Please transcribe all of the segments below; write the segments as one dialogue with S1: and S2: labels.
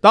S1: 大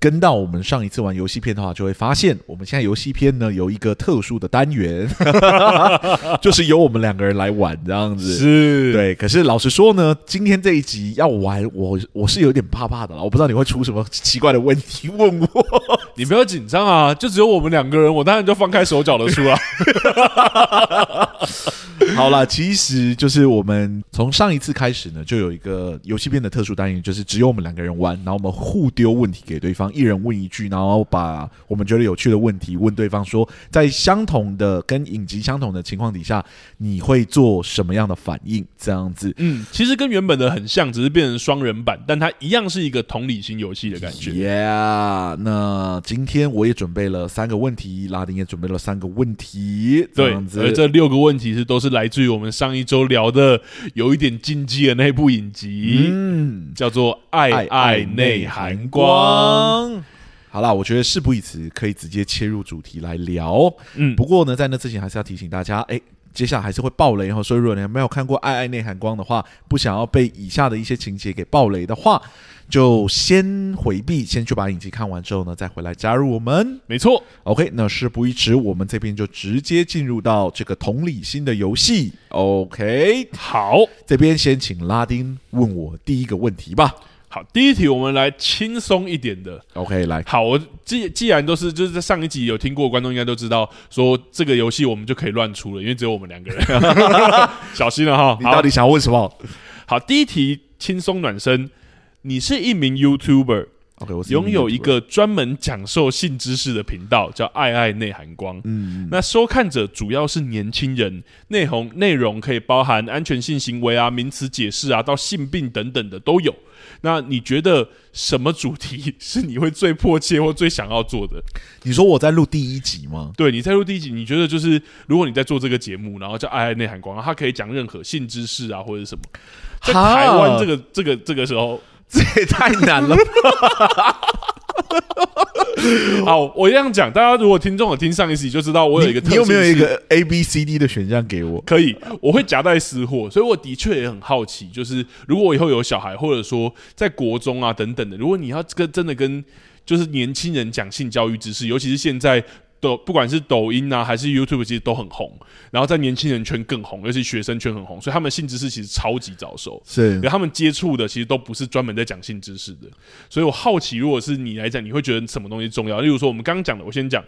S1: 跟到我们上一次玩游戏片的话，就会发现我们现在游戏片呢有一个特殊的单 元，就是由我们两个人来玩这样子。
S2: 是，
S1: 对，可是老实说呢，今天这一集要玩，我我是有点怕怕的啦。我不知道你会出什么奇怪的问题问我。
S2: 你不要紧张啊，就只有我们两个人，我当然就放开手脚的出啊。
S1: 好啦，其实就是我们从上一次开始呢，就有一个游戏片的特殊单元，就是只有我们两个人玩，然后我们互丢问题给对方，一人问一句，然后把我们觉得有趣的问题问对方说，在相同的跟影集相同的情况底下，你会做什么样的反应？这样子。
S2: 嗯，其实跟原本的很像，只是变成双人版，但它一样是一个同理心游戏的感觉。
S1: Yeah，那今天我也准备了三个问题，拉丁也准备了三个问题，这
S2: 对
S1: 样，子。
S2: 而这六个问题是都是来自于我们上一周聊的有一点禁忌的那部影集，
S1: 嗯，
S2: 叫做《爱爱内涵光》。
S1: 光。好啦，我觉得事不宜迟，可以直接切入主题来聊。
S2: 嗯，
S1: 不过呢，在那之前还是要提醒大家，哎，接下来还是会爆雷哈，所以如果你还没有看过《爱爱内涵光》的话，不想要被以下的一些情节给爆雷的话，就先回避，先去把影集看完之后呢，再回来加入我们。
S2: 没错。
S1: OK，那事不宜迟，我们这边就直接进入到这个同理心的游戏。OK，
S2: 好
S1: 这边先请拉丁问我第一个问题吧。
S2: 好，第一题我们来轻松一点的。
S1: OK，来，
S2: 好，我既既然都是就是在上一集有听过的观众应该都知道，说这个游戏我们就可以乱出了，因为只有我们 两个人，小心了哈。
S1: 你到
S2: 好
S1: 底想要问什么
S2: 好，第一题轻松暖身，你是一名 YouTuber，
S1: ？OK，我是
S2: 拥有一
S1: YouTuber，
S2: 个专门讲授性知识的频道，叫爱爱内涵光。
S1: 嗯，
S2: 那收看者主要是年轻人，内容内容可以包含安全性行为啊、名词解释啊，到性病等等的都有。那你觉得什么主题是你会最迫切或最想要做的？
S1: 你说我在录第一集吗？
S2: 对你在录第一集，你觉得就是如果你在做这个节目，然后叫《爱爱内涵光》，然后它可以讲任何性知识啊或者什么，在
S1: 哈
S2: 台湾这个这个这个时候，
S1: 这也太难了吧。
S2: 好，我这样讲，大家如果听众有听上一集就知道 我有一个
S1: 你
S2: 特
S1: 你有没有
S2: 性
S1: 一
S2: 是
S1: 个 A B C D 的选项给我？
S2: 可以，我会夹带私货，所以我的确也很好奇，就是如果我以后有小孩，或者说在国中啊等等的，如果你要跟真的跟就是年轻人讲性教育知识，尤其是现在抖不管是抖音啊还是 YouTube，其实都很红，然后在年轻人圈更红，尤其学生圈很红，所以他们性知识其实超级早熟。
S1: 是
S2: 可他们接触的其实都不是专门在讲性知识的，所以我好奇，如果是你来讲，你会觉得什么东西重要？例如说，我们刚刚讲的，我先讲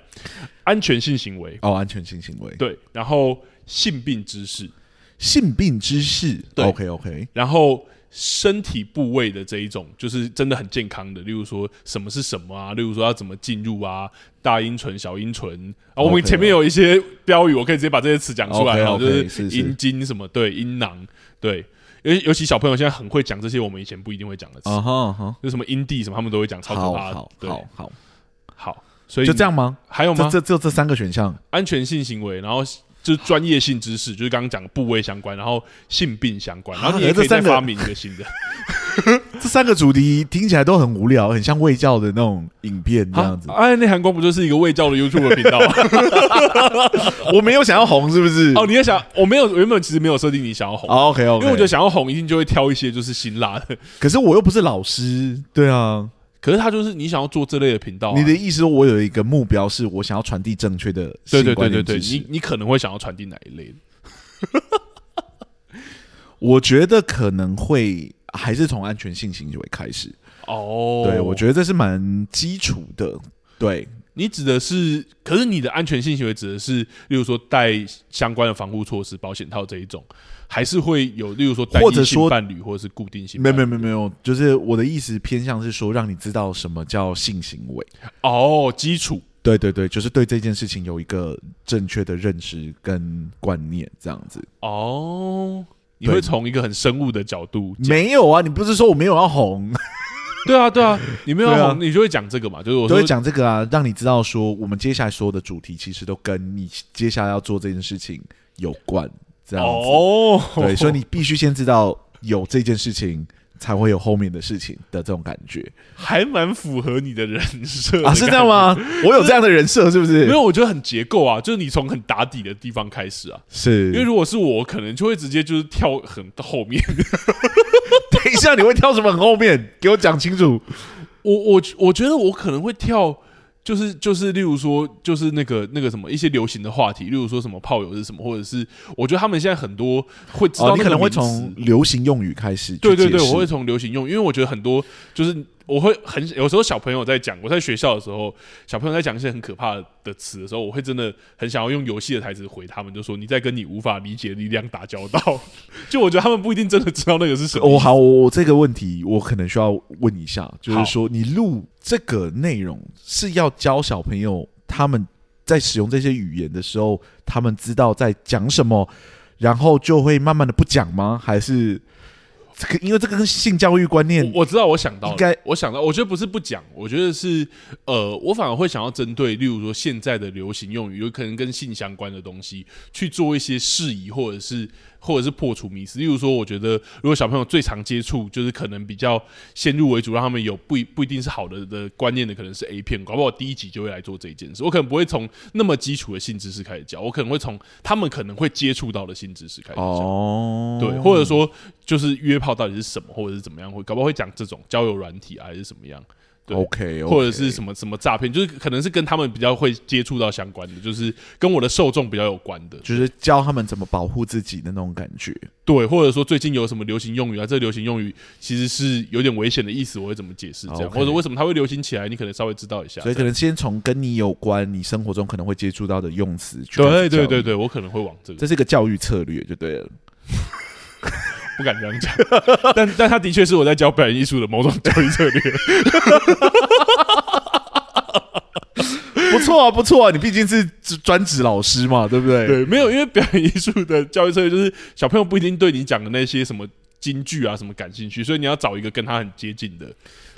S2: 安全性行为，
S1: 哦，安全性行为，
S2: 对，然后性病知识，
S1: 性病知识。
S2: 对
S1: OK OK，
S2: 然后身体部位的这一种，就是真的很健康的，例如说什么是什么啊，例如说要怎么进入啊，大阴唇、小阴唇啊。我们
S1: OK
S2: 前面有一些标语，我可以直接把这些词讲出来哈
S1: OK，OK，
S2: 就是
S1: 是是
S2: 阴茎什么，对，阴囊，对。尤尤其小朋友现在很会讲这些，我们以前不一定会讲的词，
S1: 啊哈啊哈，
S2: 就什么阴蒂什么，他们都会讲，超
S1: 好
S2: 可怕的。
S1: 好
S2: 对，
S1: 好好，
S2: 好，所以
S1: 就这，样吗？
S2: 还有
S1: 这
S2: 吗？
S1: 这就这三个选项。
S2: 安全性行为，然后。就是专业性知识，就是刚刚讲的部位相关，然后性病相关，然后你也
S1: 啊这
S2: 可以再
S1: 三个
S2: 发明一个新的。
S1: 这三个主题听起来都很无聊，很像卫教的那种影片这样子。
S2: 哎，那韩光不就是一个卫教的 YouTube 频道 吗？
S1: 我没有想要红，是不是？哦
S2: 哦，你在想，我没有原本其实没有设定你想要红，
S1: ，OK OK，
S2: 因为我觉得，想要红，一定就会挑一些就是辛辣的。
S1: 可是我又不是老师，对啊。
S2: 可是他就是你想要做这类的频道啊、
S1: 你的意思说，我有一个目标，是我想要传递正确的
S2: 对
S1: 性
S2: 对对
S1: 观
S2: 对
S1: 念
S2: 对，
S1: 知识
S2: 你你可能会想要传递哪一类的？
S1: 我觉得可能会还是从安全性行为开始。
S2: 哦，
S1: 对，我觉得这是蛮基础的。对，
S2: 你指的是，可是你的安全性行为指的是，例如说带相关的防护措施、保险套这一种，还是会有，例如说单
S1: 或
S2: 一
S1: 者
S2: 性
S1: 说
S2: 伴侣或者是固定性
S1: 没
S2: 伴
S1: 有
S2: 侣？
S1: 没有没有没有，就是我的意思偏向是说，让你知道什么叫性行为。
S2: 哦，基础
S1: 对对对，就是对这件事情有一个正确的认识跟观念，这样子。
S2: 哦，你
S1: 对
S2: 会从一个很生物的角度讲
S1: 没有啊，你不是说我没有要红？
S2: 对啊，对啊，你没有
S1: 对啊
S2: 要红，你就会讲这个嘛，就是 我
S1: 都会
S2: 说
S1: 讲这个啊，让你知道说我们接下来说的主题其实都跟你接下来要做这件事情有关，这样子。
S2: 哦，
S1: 对，所以你必须先知道有这件事情，才会有后面的事情的这种感 觉
S2: 还蛮符合你的人设
S1: 啊，
S2: 的
S1: 是这
S2: 感
S1: 样吗？我有这样的人设是不
S2: 觉？没
S1: 是？
S2: 有，我觉得很结构啊，就是你从很打底的地方开始啊，因为
S1: 是。
S2: 如果是我，我可能就会直接就是跳很后面。
S1: 等一下你会跳什么很后面？给我讲清楚。
S2: 我我我觉得我可能会跳，就是就是，例如说，就是那个那个什么一些流行的话题，例如说什么炮友是什么，或者是我觉得他们现在很多会知道、
S1: 哦，你可能会从流行用语开始去
S2: 对对对，
S1: 解释
S2: 我会从流行用，因为我觉得很多就是我会很有时候小朋友在讲，我在学校的时候，小朋友在讲一些很可怕的词的时候，我会真的很想要用游戏的台词回他们，就说你在跟你无法理解的力量打交道。 就我觉得他们不一定真的知道那个是什么。
S1: 哦，好，我这个问题我可能需要问一下，就是说你录这个内容是要教小朋友他们在使用这些语言的时候，他们知道在讲什么，然后就会慢慢的不讲吗？还是这个？因为这个跟性教育观念
S2: 我我知道，我想到了
S1: 应该
S2: 我想到，我觉得不是不讲，我觉得是呃，我反而会想要针对，例如说现在的流行用语，有可能跟性相关的东西去做一些释疑，或者是或者是破除迷思。例如说，我觉得如果小朋友最常接触，就是可能比较先入为主，让他们有不一不一定是好的的观念的，可能是 A 片，搞不好我第一集就会来做这一件事。我可能不会从那么基础的性知识开始教，我可能会从他们可能会接触到的性知识开始教。
S1: 哦，
S2: 对，或者说就是约炮到底是什么，或者是怎么样，会搞不好会讲这种交友软体啊，还是怎么样，对
S1: OK，
S2: 或者是
S1: 么？
S2: 什么什么诈骗，就是可能是跟他们比较会接触到相关的，就是跟我的受众比较有关的，
S1: 就是教他们怎么保护自己的那种感觉。
S2: 对，或者说最近有什么流行用语啊，这流行用语其实是有点危险的意思，我会怎么解释这样，
S1: 哦 OK
S2: 或者为什么它会流行起来，你可能稍微知道一下，
S1: 所以
S2: 这
S1: 可
S2: 样
S1: 能先从跟你有关，你生活中可能会接触到的用词去开
S2: 对
S1: 始教育。
S2: 对对对，我可能会往 这个
S1: 这是一个教育策略，就对了。
S2: 不敢这样讲， 但但他的确是我在教表演艺术的某种教育策略。
S1: 不错啊，不错啊，你毕竟是专职老师嘛，对不对？
S2: 对，没有，因为表演艺术的教育策略就是小朋友不一定对你讲的那些什么京剧啊什么感兴趣，所以你要找一个跟他很接近的，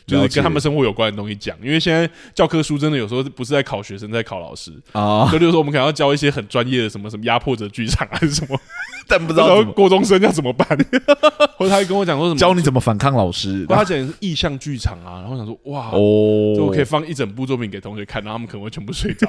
S2: 就是
S1: 了解
S2: 跟他们生活有关的东西讲。因为现在教科书真的有时候不是在考学生，在考 老师。
S1: 啊，
S2: 就例如说，我们可能要教一些很专业的什么什么压迫者剧场啊，还是什么，
S1: 但不知
S2: 然
S1: 道
S2: 后
S1: 怎么
S2: 国中生要怎 么办？或者他还跟我讲说什么，
S1: 教你啊怎么反抗老师
S2: 或者他讲的是意向剧场啊，然后我想说哇，
S1: 哦
S2: 啊就我可以放一整部作品给同学看，然后他们可能会全部睡着，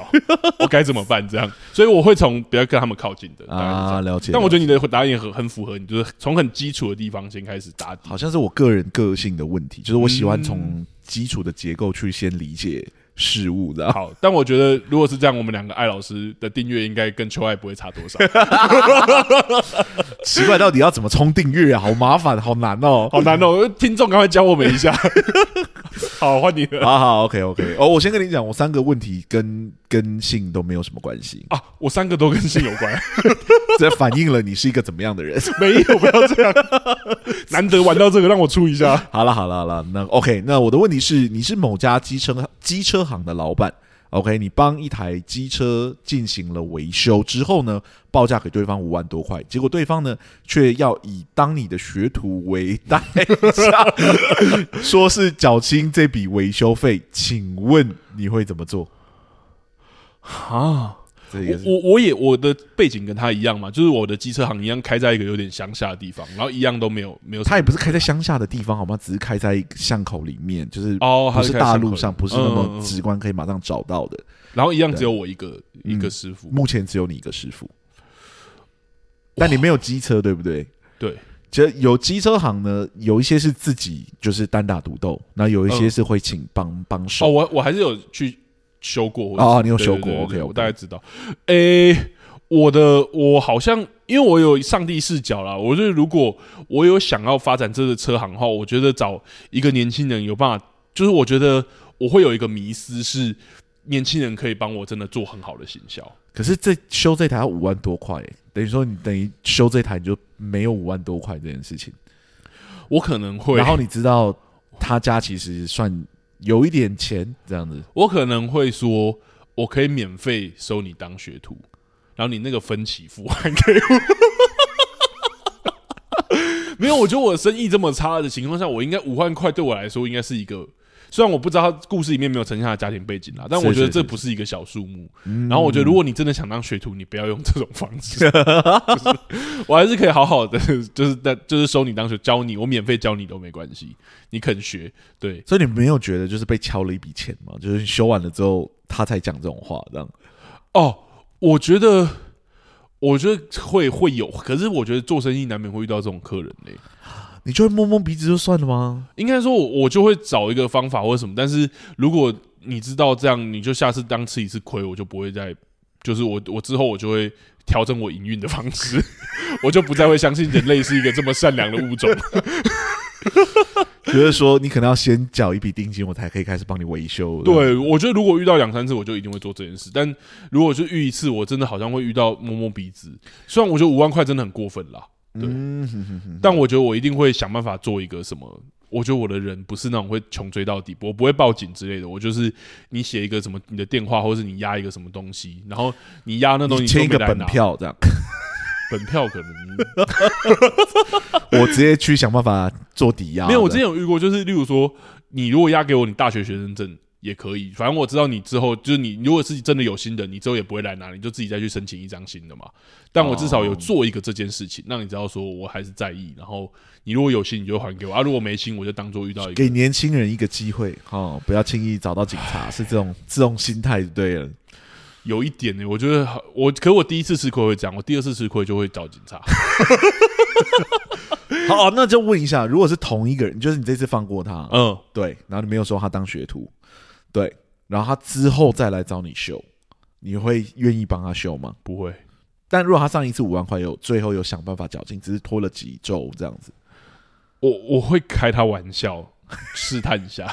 S2: 我该怎么办？这样，所以我会从比较跟他们靠近的大概是这样
S1: 啊，了解。
S2: 但我觉
S1: 得
S2: 得你的答案也很很符合你，就是从很基础的地方先开始打底。
S1: 好像是我个人个性的问题，就是我喜欢
S2: 嗯
S1: 从基础的结构去先理解事物，知道吗？
S2: 好，但我觉得如果是这样，我们两个艾老师的订阅应该跟秋爱不会差多少，
S1: 奇怪，到底要怎么冲订阅啊？好麻烦，好难哦。
S2: 好 难哦！听众赶快教我们一下。 好，换你了，
S1: 好啊好，OK OK。哦，我先跟你讲，我三个问题跟跟性都没有什么关系
S2: 啊！我三个都跟性有关，
S1: 这反映了你是一个怎么样的人。
S2: 没有不要这样，难得玩到这个，让我出 一下。
S1: 好了好了好了，那 OK，那我的问题是，你是某家机车机车行的老板，OK，你帮一台机车进行了维修之后呢，报价给对方五万多块，结果对方呢却要以当你的学徒为代价，说是缴清这笔维修费，请问你会怎么做？
S2: 啊，
S1: 这也是
S2: 我我也我的背景跟他一样嘛，就是我的机车行一样开在一个有点乡下的地方，然后一样都没有没有什么。
S1: 他也不是开在乡下的地方好吗？只是开在巷口里面，就是
S2: 哦，
S1: 不是
S2: 他开
S1: 大
S2: 巷口
S1: 路
S2: 的
S1: 上，不是那
S2: 嗯嗯
S1: 么
S2: 嗯
S1: 直观可以马上找到的。
S2: 然后一样只有我一个一个
S1: 嗯
S2: 师傅，
S1: 目前只有你一个师傅，但你没有机车，对不对？
S2: 对，
S1: 其实有机车行呢，有一些是自己就是单打独斗，那有一
S2: 嗯
S1: 些是会请帮帮
S2: 哦，
S1: 手。
S2: 我我还是有去修过或者
S1: 哦
S2: 是
S1: 你有
S2: 对
S1: 修
S2: 对
S1: 过
S2: 对
S1: OK，
S2: 对我
S1: OK
S2: 大概知道。诶，我的我好像因为我有上帝视角啦，我觉得如果我有想要发展这个车行的话，我觉得找一个年轻人有办法，就是我觉得我会有一个迷思是。年轻人可以帮我真的做很好的行销，
S1: 可是这修这台要五万多块、欸等于说你等于修这台你就没有五万多块这件事情。
S2: 我可能会，
S1: 然后你知道他家其实算有一点钱这样子，
S2: 我可能会说，我可以免费收你当学徒， 然后你那个分期付还给我。没有，我觉得我的生意这么差的情况下，我应该五万块对我来说应该是一个，虽然我不知道他故事里面没有呈现他的家庭背景啦，但
S1: 是
S2: 我觉得
S1: 是嗯
S2: 这
S1: 是
S2: 不是一个小数目。然后我觉得，如果你真的想当学徒，你不要用这种方式， 就是我还是可以好好的， 就是但就是收你当学教你，我免费教你都没关系，你肯学，对，
S1: 所以你没有觉得就是被敲了一笔钱吗？就是你修完了之后，他才讲这种话，这样
S2: 哦，我觉得，我觉得会会有，可是我觉得做生意难免会遇到这种客人嘞、
S1: 你就会摸摸鼻子就算了吗？
S2: 应该说我，我就会找一个方法或者什么，但是如果你知道这样，你就下次当吃一次亏，我就不会再，就是我我之后我就会调整我营运的方式， 我就不再会相信人类是一个这么善良的物种。
S1: 就是说你可能要先缴一笔定金，我才可以开始帮你维修。这样，
S2: 对，我觉得如果遇到两三次，我就一定会做这件事。但如果就遇一次，我真的好像会遇到摸摸鼻子。虽然我觉得五万块真的很过分啦，对
S1: 嗯哼哼哼
S2: 但我觉得我一定会想办法做一个什么。我觉得我的人不是那种会穷追到底，我不会报警之类的。我就是你写一个什么你的电话，或者是你压一个什么东西，然后你压那东西
S1: 你签一
S2: 都没
S1: 个
S2: 来
S1: 本
S2: 拿，
S1: 票这样，
S2: 本票可能
S1: 我直接去想办法做抵押。
S2: 没有。我之
S1: 这
S2: 前
S1: 样
S2: 有遇过，就是例如说，你如果压给我你大学学生证也可以，反正我知道你之后就是你如果是真的有新的，你之后也不会来拿，你就自己再去申请一张新的嘛。但我至少有
S1: 哦
S2: 做一个这件事情，让你知道说我还是在意。然后你如果有新，你就还给我啊；如果没新，我就当做遇到一个
S1: 给年轻人一个机会，哦，不要轻易找到警察，是这 种这种心态就对了。
S2: 有一点呢、欸我觉得好我，可我第一次吃亏会这样，我第二次吃亏就会找警察。
S1: 好，那就问一下，如果是同一个人，就是你这次放过他，
S2: 嗯，
S1: 对，然后你没有收他当学徒，对，然后他之后再来找你修，你会愿意帮他修吗？
S2: 不会，
S1: 但如果他上一次五万块有最后有想办法绞尽，只是拖了几周这样子，
S2: 我我会开他玩笑， 试探 一下。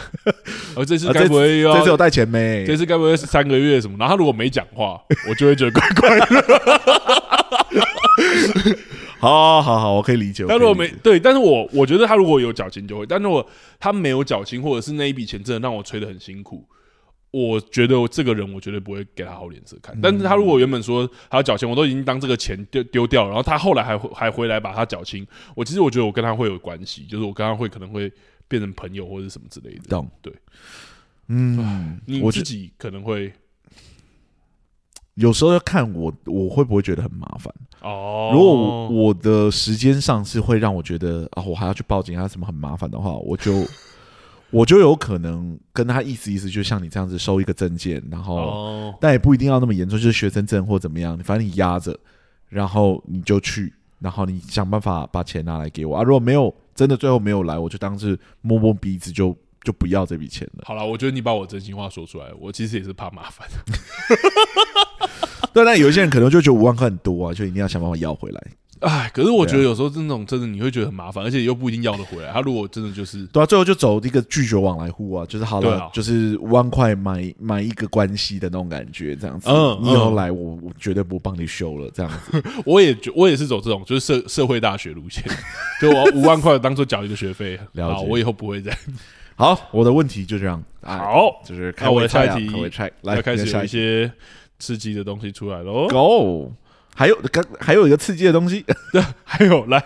S2: 而这次
S1: 啊
S2: 该不会又
S1: 这次有
S2: 要？
S1: 带钱没？
S2: 这次该不会是三个月什么？然后他如果没讲话，我就会觉得怪怪的。
S1: 好好好，我可以理解。
S2: 但如
S1: 我
S2: 果
S1: 可以
S2: 没
S1: 理解
S2: 对，但是我我觉得他如果有缴清就会，但如果他没有缴清，或者是那一笔钱真的让我吹得很辛苦，我觉得我这个人我绝对不会给他好脸色看。但是他如果原本说他要缴清，我都已经当这个钱丢丢掉了，然后他后来还回还回来把他缴清，我其实我觉得我跟他会有关系，就是我跟他会可能会变成朋友或者什么之类的。
S1: 懂，
S2: 对，
S1: 嗯，
S2: 你
S1: 我
S2: 自
S1: 觉
S2: 己可能会
S1: 有时候要看我我会不会觉得很麻烦。
S2: 哦，
S1: 如果我我的时间上是会让我觉得啊，我还要去报警啊什么很麻烦的话，我就 我就有可能跟他意思意思，就像你这样子收一个证件，然后。
S2: 哦，
S1: 但也不一定要那么严重，就是学生证或怎么样，反正你压着，然后你就去，然后你想办法把钱拿来给我啊。如果没有真的最后没有来，我就当是摸摸鼻子就就不要这笔钱了。
S2: 好了，我觉得你把我真心话说出来，我其实也是怕麻烦。
S1: 对，但有一些人可能就觉得五万块很多啊，就一定要想办法要回来。
S2: 哎，可是我觉得
S1: 对啊
S2: 有时候这种真的你会觉得很麻烦，而且又不一定要得回来。他如果真的就是
S1: 对啊，最后就走一个拒绝往来户啊，就是好
S2: 对
S1: 了，
S2: 啊
S1: 就是五万块买买一个关系的那种感觉，这样子。
S2: 嗯
S1: 你以后
S2: 嗯
S1: 来我我绝对不帮你修了，这样子。
S2: 我也觉我也是走这种，就是社社会大学路 线，就我五万块当做缴一个学费。
S1: 了解
S2: 好我以后不会再。
S1: 好，我的问题就这样。哎，
S2: 好，
S1: 就是
S2: 那
S1: 开
S2: 我
S1: 胃
S2: 的下
S1: 菜
S2: 一
S1: 啊，
S2: 题
S1: 开胃菜，来
S2: 要开
S1: 你
S2: 始
S1: 的下
S2: 有
S1: 一
S2: 一
S1: 题
S2: 些刺激的东西出来喽。
S1: Go，还有刚还有一个刺激的东西，
S2: 还 有来，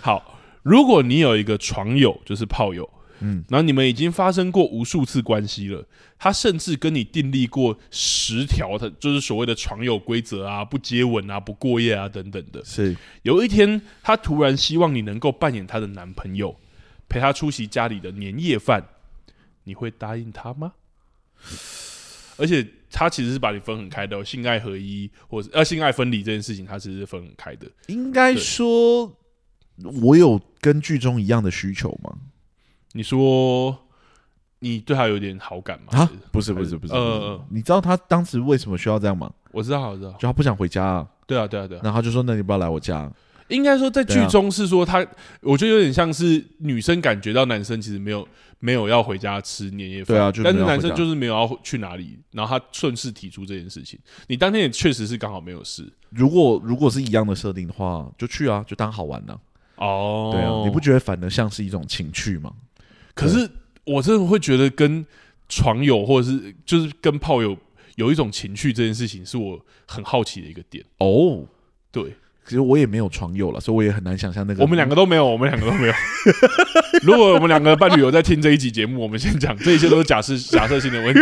S2: 好，如果你有一个床友，就是炮友，嗯
S1: 嗯，
S2: 然后你们已经发生过无数次关系了，他甚至跟你订立过十条，他就是所谓的床友规则啊，不接吻啊，不过夜啊等等的。
S1: 是
S2: 有一天，她突然希望你能够扮演她的男朋友，陪她出席家里的年夜饭，你会答应她吗？而且她其实是把你分很开的哦、性爱合一或者呃性爱分离这件事情，她其实是分很开的。
S1: 应该说，我有跟剧中一样的需求吗？
S2: 你说你对她有点好感吗？
S1: 啊
S2: 还是，
S1: 不是不是不是，
S2: 呃
S1: 不是
S2: 呃
S1: 你知道他当时为什么需要这样吗？
S2: 我知道，我知道
S1: 就，他不想回家、啊，
S2: 对啊，对啊，对啊。
S1: 然后他就说：“那你不要来我家。
S2: 应该说，在
S1: 对
S2: 剧
S1: 啊
S2: 中是说她，我觉得有点像是女生感觉到男生其实没有没有要回家吃年夜饭，
S1: 对啊就是
S2: 但是
S1: 没有要
S2: 男
S1: 回
S2: 生
S1: 家
S2: 就是没有要去哪里，然后他顺势提出这件事情。你当天也确实是刚好没有事
S1: 如果如果是一样的设定的话，就去啊，就当好玩呢、
S2: 哦
S1: 对啊，你不觉得反而像是一种情趣吗？
S2: 可是我真的会觉得跟床友或者是就是跟炮友有一种情趣这件事情，是我很好奇的一个点。
S1: 哦，
S2: 对，
S1: 可是我也没有床友了，所以我也很难想象那个
S2: 我们两
S1: 个
S2: 个都没有，我们两个都 没有。如果我们两个伴侣有在听这一集节目，我们先讲，这一切都是假设假设性的问题。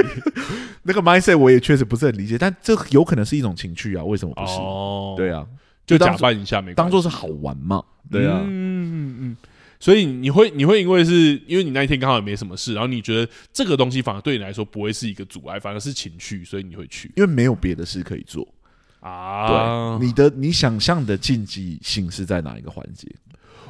S1: 那个 mindset 我也确实不是很理解，但这有可能是一种情趣啊，为什么不是？
S2: 哦，
S1: 对，啊，
S2: 就
S1: 就当
S2: 假扮一下没关系
S1: 当做是好玩嘛，对啊。
S2: 嗯嗯嗯。所以你会你会因为是因为你那一天刚好也没什么事，然后你觉得这个东西反而对你来说不会是一个阻碍，反而是情绪，所以你会去
S1: 因为没有别的事可以做，
S2: 啊。
S1: 你的你想象的禁忌性是在哪一个环节？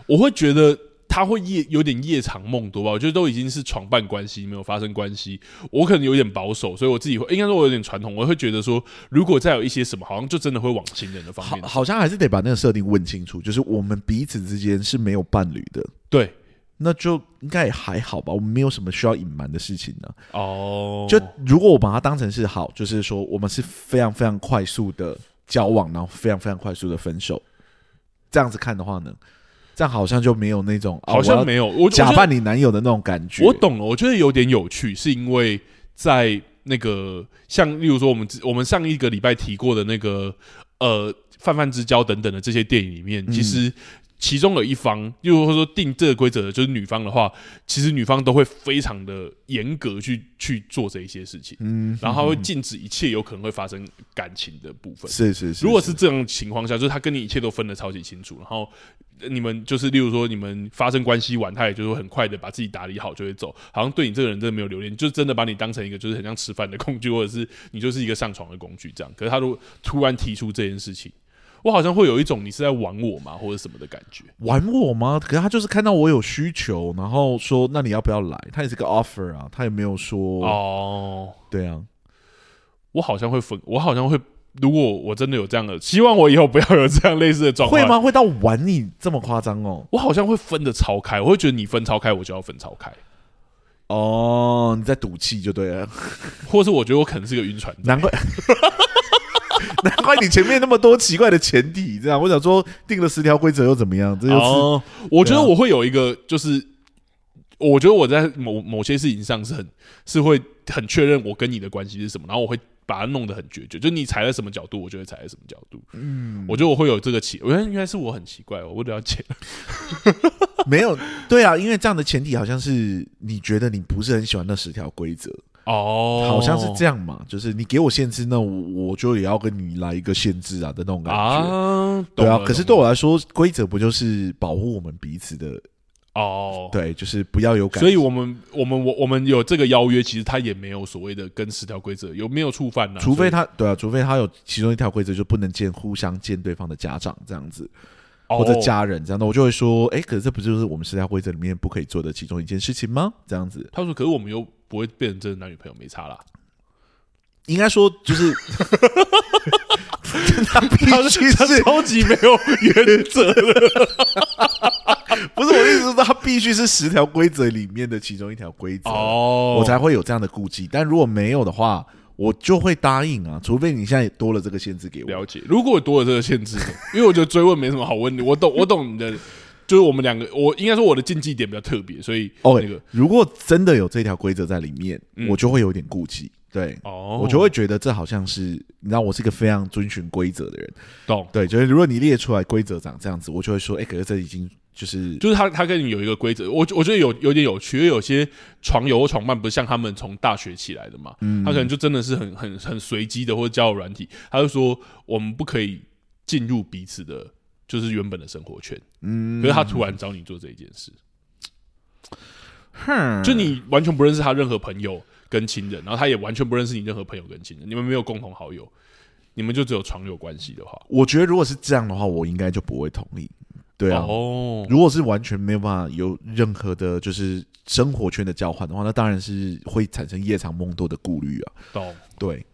S2: 我会觉得他会夜有点夜长梦多吧，我觉得都已经是床伴关系，没有发生关系。我可能有点保守，所以我自己会应该说我有点传统，我会觉得说，如果再有一些什么，好像就真的会往情人的方
S1: 好
S2: 面，。
S1: 好像还是得把那个设定问清楚，就是我们彼此之间是没有伴侣的，
S2: 对，
S1: 那就应该也还好吧，我们没有什么需要隐瞒的事情呢、
S2: 哦，
S1: 就如果我把它当成是好，就是说我们是非常非常快速的交往，然后非常非常快速的分手，这样子看的话呢，这样好像就没有那种、啊、
S2: 好
S1: 我
S2: 像
S1: 要
S2: 没有，我
S1: 假
S2: 我觉得
S1: 扮你男友的那种感觉。
S2: 我懂了，我觉得有点有趣，是因为在那个像例如说我们之我们上一个礼拜提过的那个呃《泛泛之交》等等的这些电影里面，
S1: 嗯
S2: 其实。其中有一方，例如说定这个规则的就是女方的话，其实女方都会非常的严格去去做这一些事情，
S1: 嗯，
S2: 然后她会禁止一切有可能会发生感情的部分。
S1: 是是是，
S2: 如果是这种情况下，就是他跟你一切都分得超级清楚，然后呃你们就是例如说你们发生关系完，他也就是会很快的把自己打理好就会走，好像对你这个人真的没有留恋，就真的把你当成一个就是很像吃饭的工具，或者是你就是一个上床的工具这样。可是他如果突然提出这件事情，我好像会有一种你是在玩我嘛，或者什么的感觉。
S1: 玩我吗？可是他就是看到我有需求，然后说那你要不要来？他也是个 offer 啊，他也没有说，
S2: 哦，
S1: 对啊，
S2: 我好像会分，我好像会。 如果我真的有这样的，希望我以后不要有这样类似的状况。
S1: 会？吗？会到玩你这么夸张哦？
S2: 我好像会分的超开，我会觉得你分超开，我就要分超开。
S1: 哦，你在赌气就对了，
S2: 或是我觉得我可能是个晕船仔，
S1: 难怪。 难怪你前面那么多奇怪的前提，这样我想说定了十条规则又怎么样？这就是、
S2: 哦，我觉得
S1: 对啊
S2: 我会有一个，就是我觉得我在某某些事情上是很是会很确认我跟你的关系是什么，然后我会把它弄得很决绝，就你踩在什么角度，我就会踩在什么角度。嗯，我觉得我会有这个奇，我觉得应该是我很奇怪，我不了解。
S1: 没有对啊，因为这样的前提好像是你觉得你不是很喜欢那十条规则，
S2: 哦
S1: 好像是这样嘛，就是你给我限制，那我我就也要跟你来一个限制啊的那种感觉。
S2: 啊，
S1: 对啊
S2: 懂，了
S1: 可是对
S2: 懂了
S1: 我来说，规则不就是保护我们彼此的？
S2: 哦，
S1: 对，就是不要有感。
S2: 所以我们我们我我们有这个邀约，其实他也没有所谓的跟十条规则有没有触犯呢、
S1: 除非
S2: 他
S1: 他对啊，除非他有其中一条规则，就不能见互相见对方的家长这样子，
S2: 哦
S1: 或者家人这样的，那我就会说，哎，可是这不就是我们十条规则里面不可以做的其中一件事情吗？这样子，
S2: 他说，可是我们又不会变成真的男女朋友，没差啦。
S1: 应该说就是，他必须
S2: 他
S1: 是
S2: 超级没有 原则的，
S1: 不是我的意思是，他必须是十条规则里面的其中一条规则。
S2: 哦
S1: 我才会有这样的顾忌，但如果没有的话，我就会答应啊，除非你现在多了这个限制给我。
S2: 了解。如果我多了这个限制，因为我觉得追问没什么好问的，我懂，我懂你的，就是我们两个，我应该说我的禁忌点比较特别，所以
S1: OK，、
S2: 那个
S1: 如果真的有这条规则在里面，
S2: 嗯
S1: 我就会有点顾忌，对、
S2: 哦
S1: 我就会觉得这好像是，你知道，我是一个非常遵循规则的人，
S2: 懂，
S1: 对，就是如果你列出来规则长这样子，我就会说，哎、可是这已经就是
S2: 就是他他跟你有一个规则，我我觉得有有点有趣，因为有些床友或床伴不是像他们从大学起来的嘛，
S1: 嗯
S2: 他可能就真的是很很很随机的，或者交友软体，他就说我们不可以进入彼此的。就是原本的生活圈，
S1: 嗯，
S2: 可是他突然找你做这一件事，
S1: 哼
S2: 就你完全不认识他任何朋友跟亲人，然后他也完全不认识你任何朋友跟亲人，你们没有共同好友，你们就只有床友关系的话，
S1: 我觉得如果是这样的话，我应该就不会同意，对啊。
S2: 哦，
S1: 如果是完全没有办法有任何的，就是生活圈的交换的话，那当然是会产生夜长梦多的顾虑啊。
S2: 懂，
S1: 对，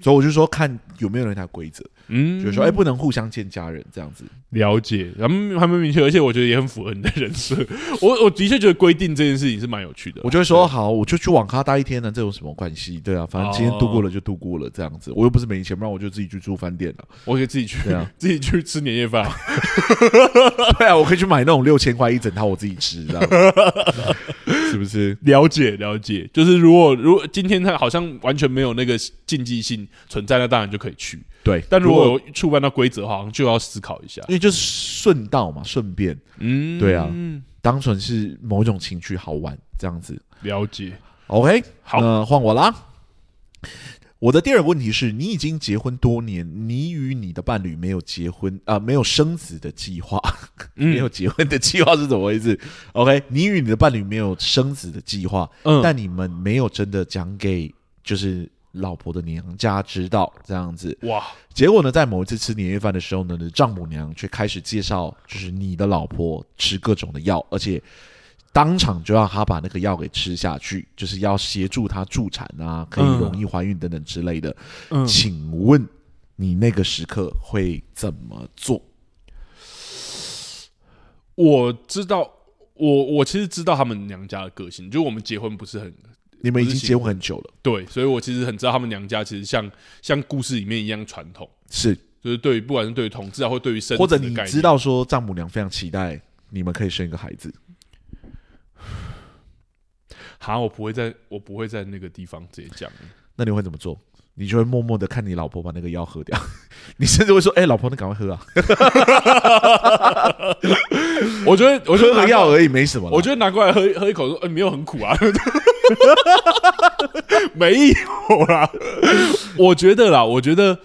S1: 所以我就说看有没有人条规则，
S2: 嗯，啊
S1: 就是说，哎、不能互相见家人这样子。
S2: 了解，咱们还蛮明确，而且我觉得也很符合你的人设， 我我的确觉得规定这件事情是蛮有趣的，
S1: 我就会说好，我就去网咖待一天呢，这有什么关系？对啊，反正今天度过
S2: 哦
S1: 了就度过了，这样子，我又不是没钱，不然我就自己去住饭店了。
S2: 我可以自己去
S1: 对啊
S2: 自己去吃年夜饭，
S1: 对啊，我可以去买那种六千块一整套，我自己吃，这样。是是不是？
S2: 了解了解，就是如果如果今天他好像完全没有那个禁忌性存在，那当然就可以去。
S1: 对，
S2: 但如果有触犯到规则，好像就要思考一下。
S1: 因为就是顺道嘛，顺便
S2: 嗯，
S1: 对啊当成是某种情趣好玩这样子。
S2: 了解。
S1: OK，
S2: 好
S1: 那换我啦。我的第二个问题是你已经结婚多年，你与你的伴侣没有结婚啊、没有生子的计划，
S2: 嗯
S1: 没有结婚的计划是怎么回事？OK，你与你的伴侣没有生子的计划，
S2: 嗯，
S1: 但你们没有真的讲给就是老婆的娘家知道这样子。
S2: 哇，
S1: 结果呢，在某一次吃年夜饭的时候呢，你的丈母娘却开始介绍，就是你的老婆吃各种的药，而且当场就让她把那个药给吃下去，就是要协助她助产啊，可以
S2: 嗯
S1: 容易怀孕等等之类的。
S2: 嗯，
S1: 请问你那个时刻会怎么做？
S2: 我知道，我我其实知道他们娘家的个性，就我们结婚不是很
S1: 你们已
S2: 不是
S1: 经
S2: 喜
S1: 结婚很久了，
S2: 对，所以我其实很知道他们娘家其实像像故事里面一样传统，
S1: 是
S2: 就是对于不管是对于统治啊，或对于生
S1: 或者
S2: 子的
S1: 你
S2: 概念
S1: 知道说丈母娘非常期待你们可以生一个孩子，
S2: 哈，我不会在我不会在那个地方直接讲。
S1: 那你会怎么做？你就会默默的看你老婆把那个药喝掉， 你甚至会说：“哎、老婆，你赶快喝啊，
S2: 我觉得我觉
S1: 喝个
S2: 得拿
S1: 药
S2: 过来，
S1: 而已，没什么啦。”
S2: 我觉得拿过来喝喝一口说，呃，没有很苦啊， 没有啦。我觉得啦，我觉得。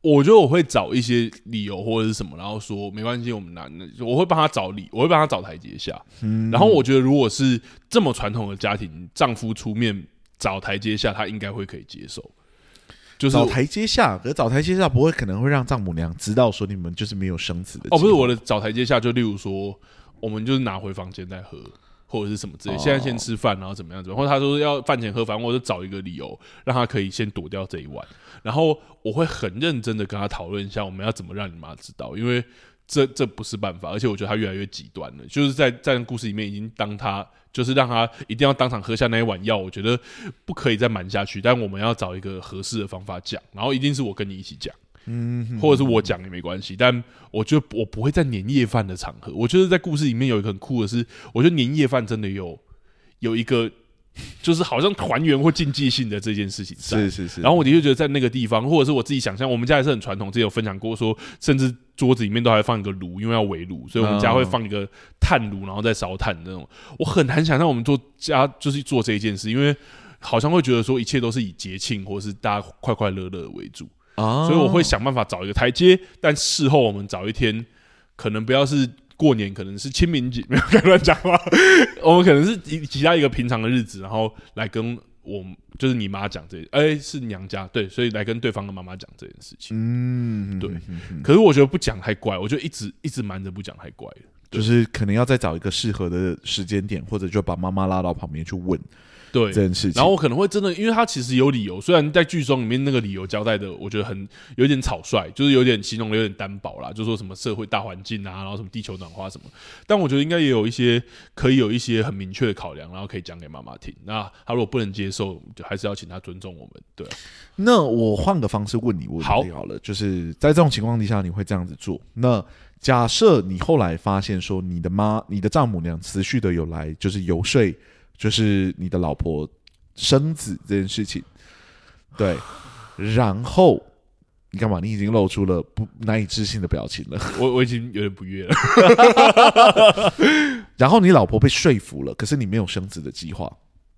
S2: 我觉得我会找一些理由或者是什么，然后说没关系，我们拿，我会帮他找理，我会帮他找台阶下。然后我觉得，如果是这么传统的家庭，丈夫出面找台阶下，他应该会可以接受。就是
S1: 找台阶下，可是找台阶下不会可能会让丈母娘知道说你们就是没有生子的
S2: 哦，不
S1: 计
S2: 是
S1: 划
S2: 我的找台阶下，就例如说，我们就是拿回房间再喝，或者是什么之类。
S1: 哦
S2: 现在先吃饭，然后怎么样怎么样，或者他说要饭前喝，反正我就找一个理由让他可以先躲掉这一晚。然后我会很认真的跟他讨论一下，我们要怎么让你妈知道，因为这这不是办法，而且我觉得他越来越极端了，就是在在故事里面已经当他就是让他一定要当场喝下那一碗药，我觉得不可以再瞒下去，但我们要找一个合适的方法讲，然后一定是我跟你一起讲。嗯，或者是我讲也没关系，但我觉得我不会在年夜饭的场合。我觉得在故事里面有一个很酷的是，我觉得年夜饭真的有有一个，就是好像还原或竞技性的这件事情在。
S1: 是是是，
S2: 然后我的确觉得在那个地方，或者是我自己想象，我们家也是很传统，之前有分享过说，甚至桌子里面都还放一个炉，因为要围炉，所以我们家会放一个炭炉，然后再烧炭那种。我很难想象我们做家就是做这一件事，因为好像会觉得说一切都是以节庆或是大家快快乐乐为主，
S1: 啊
S2: 所以我会想办法找一个台阶，但事后我们找一天，可能不要是。过年可能是清明节，没 有该乱讲话。我们可能是以其他一个平常的日子，然后来跟我就是你妈讲这件，哎、是娘家对，所以来跟对方的妈妈讲这件事情。
S1: 嗯，
S2: 对
S1: 嗯，嗯嗯
S2: 可是我觉得不讲太怪，我就一直一直瞒着不讲太怪了。
S1: 就是可能要再找一个适合的时间点，或者就把妈妈拉到旁边去问
S2: 对
S1: 这，件事情。
S2: 然后我可能会真的，因为他其实有理由，虽然在剧中里面那个理由交代的，我觉得很有点草率，就是有点形容的有点单薄啦，就说什么社会大环境啊，然后什么地球暖化什么，但我觉得应该也有一些可以有一些很明确的考量，然后可以讲给妈妈听。那他如果不能接受，就还是要请他尊重我们，对啊、
S1: 那我换个方式问你问题好了，就是在这种情况底下，你会这样子做？那假设你后来发现说，你的妈、你的丈母娘持续的有来，就是游说，就是你的老婆生子这件事情，对，然后你干嘛？你已经露出了不难以置信的表情了。
S2: 我我已经有点不悦了。
S1: 然后你老婆被说服了，可是你没有生子的计划，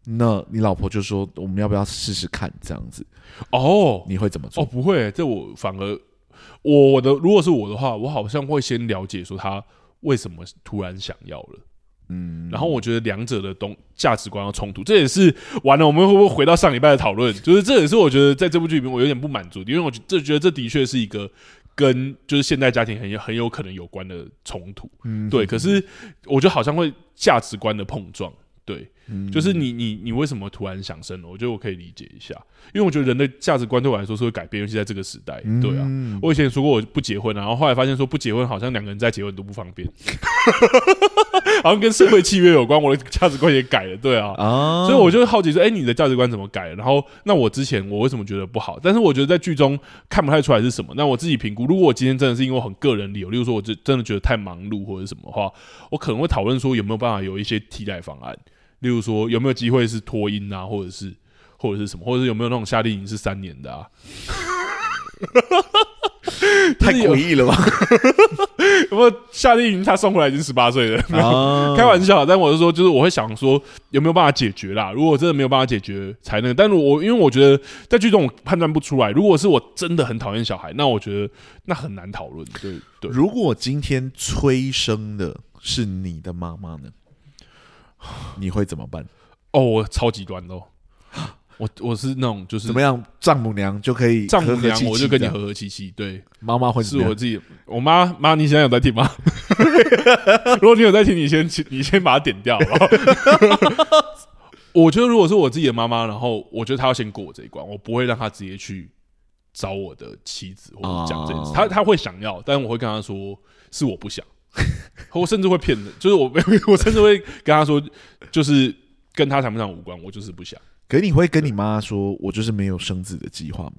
S1: 那你老婆就说我们要不要试试看这样子？
S2: 哦
S1: 你会怎么做？
S2: 哦，不会，这我反而我我的如果是我的话，我好像会先了解说他为什么突然想要了。嗯，然后我觉得两者的东价值观要冲突，这也是完了，我们会不会回到上礼拜的讨论？就是这也是我觉得在这部剧里面我有点不满足的，因为我觉这觉得这的确是一个跟就是现代家庭很有很有可能有关的冲突。
S1: 嗯
S2: 对，可是我觉得好像会价值观的碰撞。对，
S1: 嗯
S2: 就是你你你为什么突然想生了？我觉得我可以理解一下，因为我觉得人的价值观对我来说是会改变，尤其在这个时代。对啊，
S1: 嗯
S2: 我以前说过我不结婚啊、然后后来发现说不结婚好像两个人在结婚都不方便， 好像跟社会契约有关，我的价值观也改了。对啊，
S1: 啊，
S2: 所以我就好奇说，哎、你的价值观怎么改？然后，那我之前我为什么觉得不好？但是我觉得在剧中看不太出来是什么。那我自己评估，如果我今天真的是因为我很个人理由，例如说我真真的觉得太忙碌或者什么的话，我可能会讨论说有没有办法有一些替代方案。例如说有没有机会是脱音啊，或者是或者是什么，或者是有没有那种夏令营是三年的啊？
S3: 太
S2: 有
S3: 诡异了吧？
S2: 有没有夏令营他送回来已经十八岁了？
S1: 啊
S2: 开玩笑，但我是说，就是我会想说有没有办法解决啦。如果真的没有办法解决，才那个。但是我因为我觉得在剧中我判断不出来。如果是我真的很讨厌小孩，那我觉得那很难讨论。对对，
S1: 如果今天催生的是你的妈妈呢，你会怎么办？
S2: 哦，我超极端的、哦，我我是那种就是
S1: 怎么样，丈母娘就可以
S2: 丈母
S1: 和和
S2: 娘
S1: 气，气
S2: 我就跟你
S1: 的
S2: 和和气气。对，
S1: 妈妈会怎
S2: 是
S1: 么样
S2: 我自己。我妈妈，你现在有在 听吗？如果你有在听，你先你先把它点掉好不好。 我觉得如果是我自己的妈妈，然后我觉得她要先过我这一关，我不会让她直接去找我的妻子或者讲这件事。
S1: 哦
S2: 她她会想要，但我会跟她说是我 不想，我甚至会骗人，就是我 我甚至会跟她说，就是跟她谈不上无关，我就是不想。
S1: 可是你会跟你妈说，我就是没有生子的计划吗？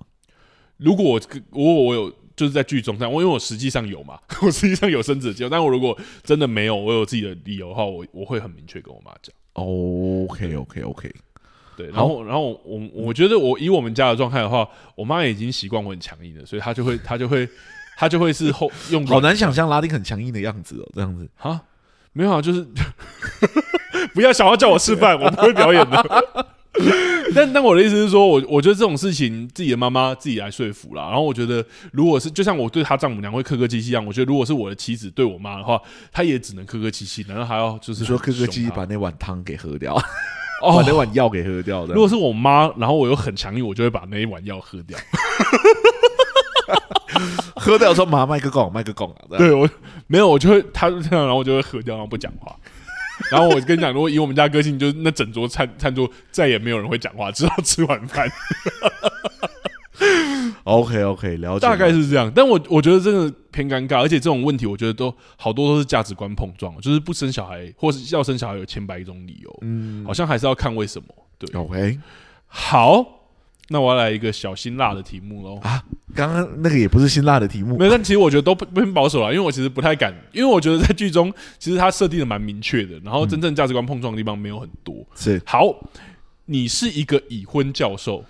S2: 如果我跟如果我有就是在剧中这样，我因为我实际上有嘛， 我实际上有生子的机会，但我如果真的没有，我有自己的理由的话，我我会很明确跟我妈讲。哦
S1: OK OK OK，
S2: 对，然
S1: 好
S2: 后然后我我我觉得我以我们家的状态的话，我妈已经习惯我很强硬了，所以她就会她就会她就会是后 用
S1: 好
S2: 软
S1: 难想象拉丁很强硬的样子哦，这样子。
S2: 啊，没有啊，就是 不要想要叫我示范，我不会表演的。但但我的意思是说，我我觉得这种事情自己的妈妈自己来说服啦。然后我觉得，如果是就像我对她丈母娘会客客气气一样，我觉得如果是我的妻子对我妈的话，她也只能客客气气，难道还要就是
S1: 你说哥
S2: 很
S1: 哥
S2: 凶
S1: 鸡
S2: 她
S1: 把那碗汤给喝掉，把
S2: 哦
S1: 那碗药给喝掉的。
S2: 如果是我妈，然后我又很强硬，我就会把那一碗药喝掉。
S1: 喝掉说妈麦克拱麦克拱啊，这样
S2: 对我没有，我就会他就这样，然后我就会喝掉，然后不讲话。然后我跟你讲，如果以我们家个性，就是那整桌餐餐桌再也没有人会讲话，直到吃完饭，
S1: OK OK 了解。
S2: 大概是这样。但我我觉得真的偏尴尬，而且这种问题，我觉得都好多都是价值观碰撞，就是不生小孩或是要生小孩有千百种理由，
S1: 嗯
S2: 好像还是要看为什么。对，
S1: OK，
S2: 好，那我要来一个小辛辣的题目喽。
S1: 刚刚那个也不是辛辣的题目
S2: 没，有，但其实我觉得都不偏保守了，因为我其实不太敢，因为我觉得在剧中其实它设定的蛮明确的，然后真正价值观碰撞的地方没有很多。
S1: 是
S2: 好，你是一个已婚教授，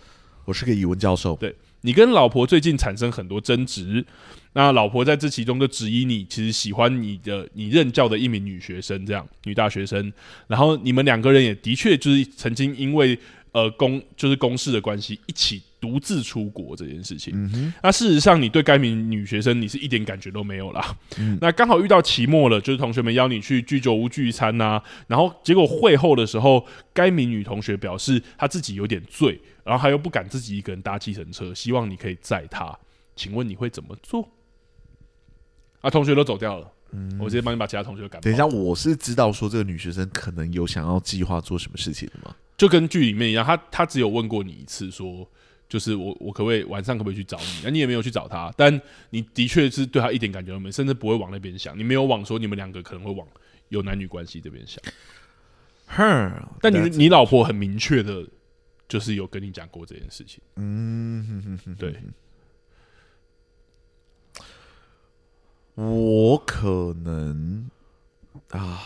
S1: 我是个语文教授，
S2: 对你跟老婆最近产生很多争执，那老婆在这其中就质疑你其实喜欢你的你任教的一名女学生，这样女大学生，然后你们两个人也的确就是曾经因为呃公就是公事的关系一起独自出国这件事情。
S1: 嗯哼，
S2: 那事实上，你对该名女学生你是一点感觉都没有啦。
S1: 嗯
S2: 那刚好遇到期末了，就是同学们邀你去居酒屋聚餐呐、然后结果会后的时候，该名女同学表示她自己有点醉，然后她又不敢自己一个人搭计程车，希望你可以载她。请问你会怎么做？啊，同学都走掉了，
S1: 嗯
S2: 我直接帮你把其他同学赶跑。
S1: 等一下，，我是知道说这个女学生可能有想要计划做什么事情的吗？
S2: 就跟剧里面一样，她她只有问过你一次说。就是我，我可不可以晚上可不可以去找你？啊那、你也没有去找他，但你的确是对他一点感觉都没有，甚至不会往那边想。你没有往说你们两个可能会往有男女关系这边想，
S1: 哼，
S2: 但你你老婆很明确的，就是有跟你讲过这件事情。
S1: 嗯哼哼哼，
S2: 对，
S1: 我可能啊，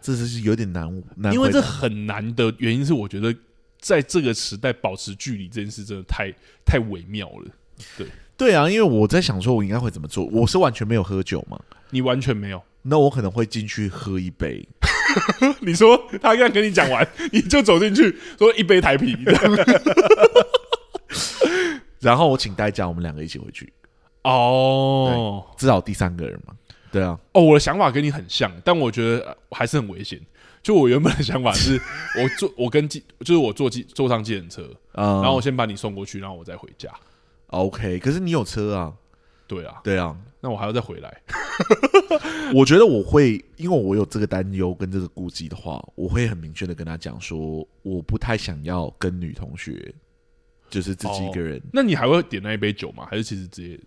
S1: 这是有点难难回答，
S2: 因为这很难的原因是，我觉得在这个时代保持距离这件事真的太太微妙了。
S1: 对啊，因为我在想说，我应该会怎么做？我是完全没有喝酒嘛，
S2: 你完全没有，
S1: 那我可能会进去喝一杯，
S2: 你说他刚跟你讲完，你就走进去说一杯台啤，
S1: 然后我请代驾，我们两个一起回去，
S2: 哦。
S1: 至少第三个人嘛。对啊，
S2: 哦，我的想法跟你很像，但我觉得呃还是很危险。就我原本的想法是，我坐我跟计就是我坐计坐上计程车，
S1: 嗯，
S2: 然后我先把你送过去，然后我再回家。
S1: OK，可是你有车啊？
S2: 对啊，
S1: 对啊，
S2: 那我还要再回来。
S1: 我觉得我会，因为我有这个担忧跟这个顾忌的话，我会很明确的跟他讲说，我不太想要跟女同学，就是自己一个人。
S2: 那你还会点那一杯酒吗？还是其实直接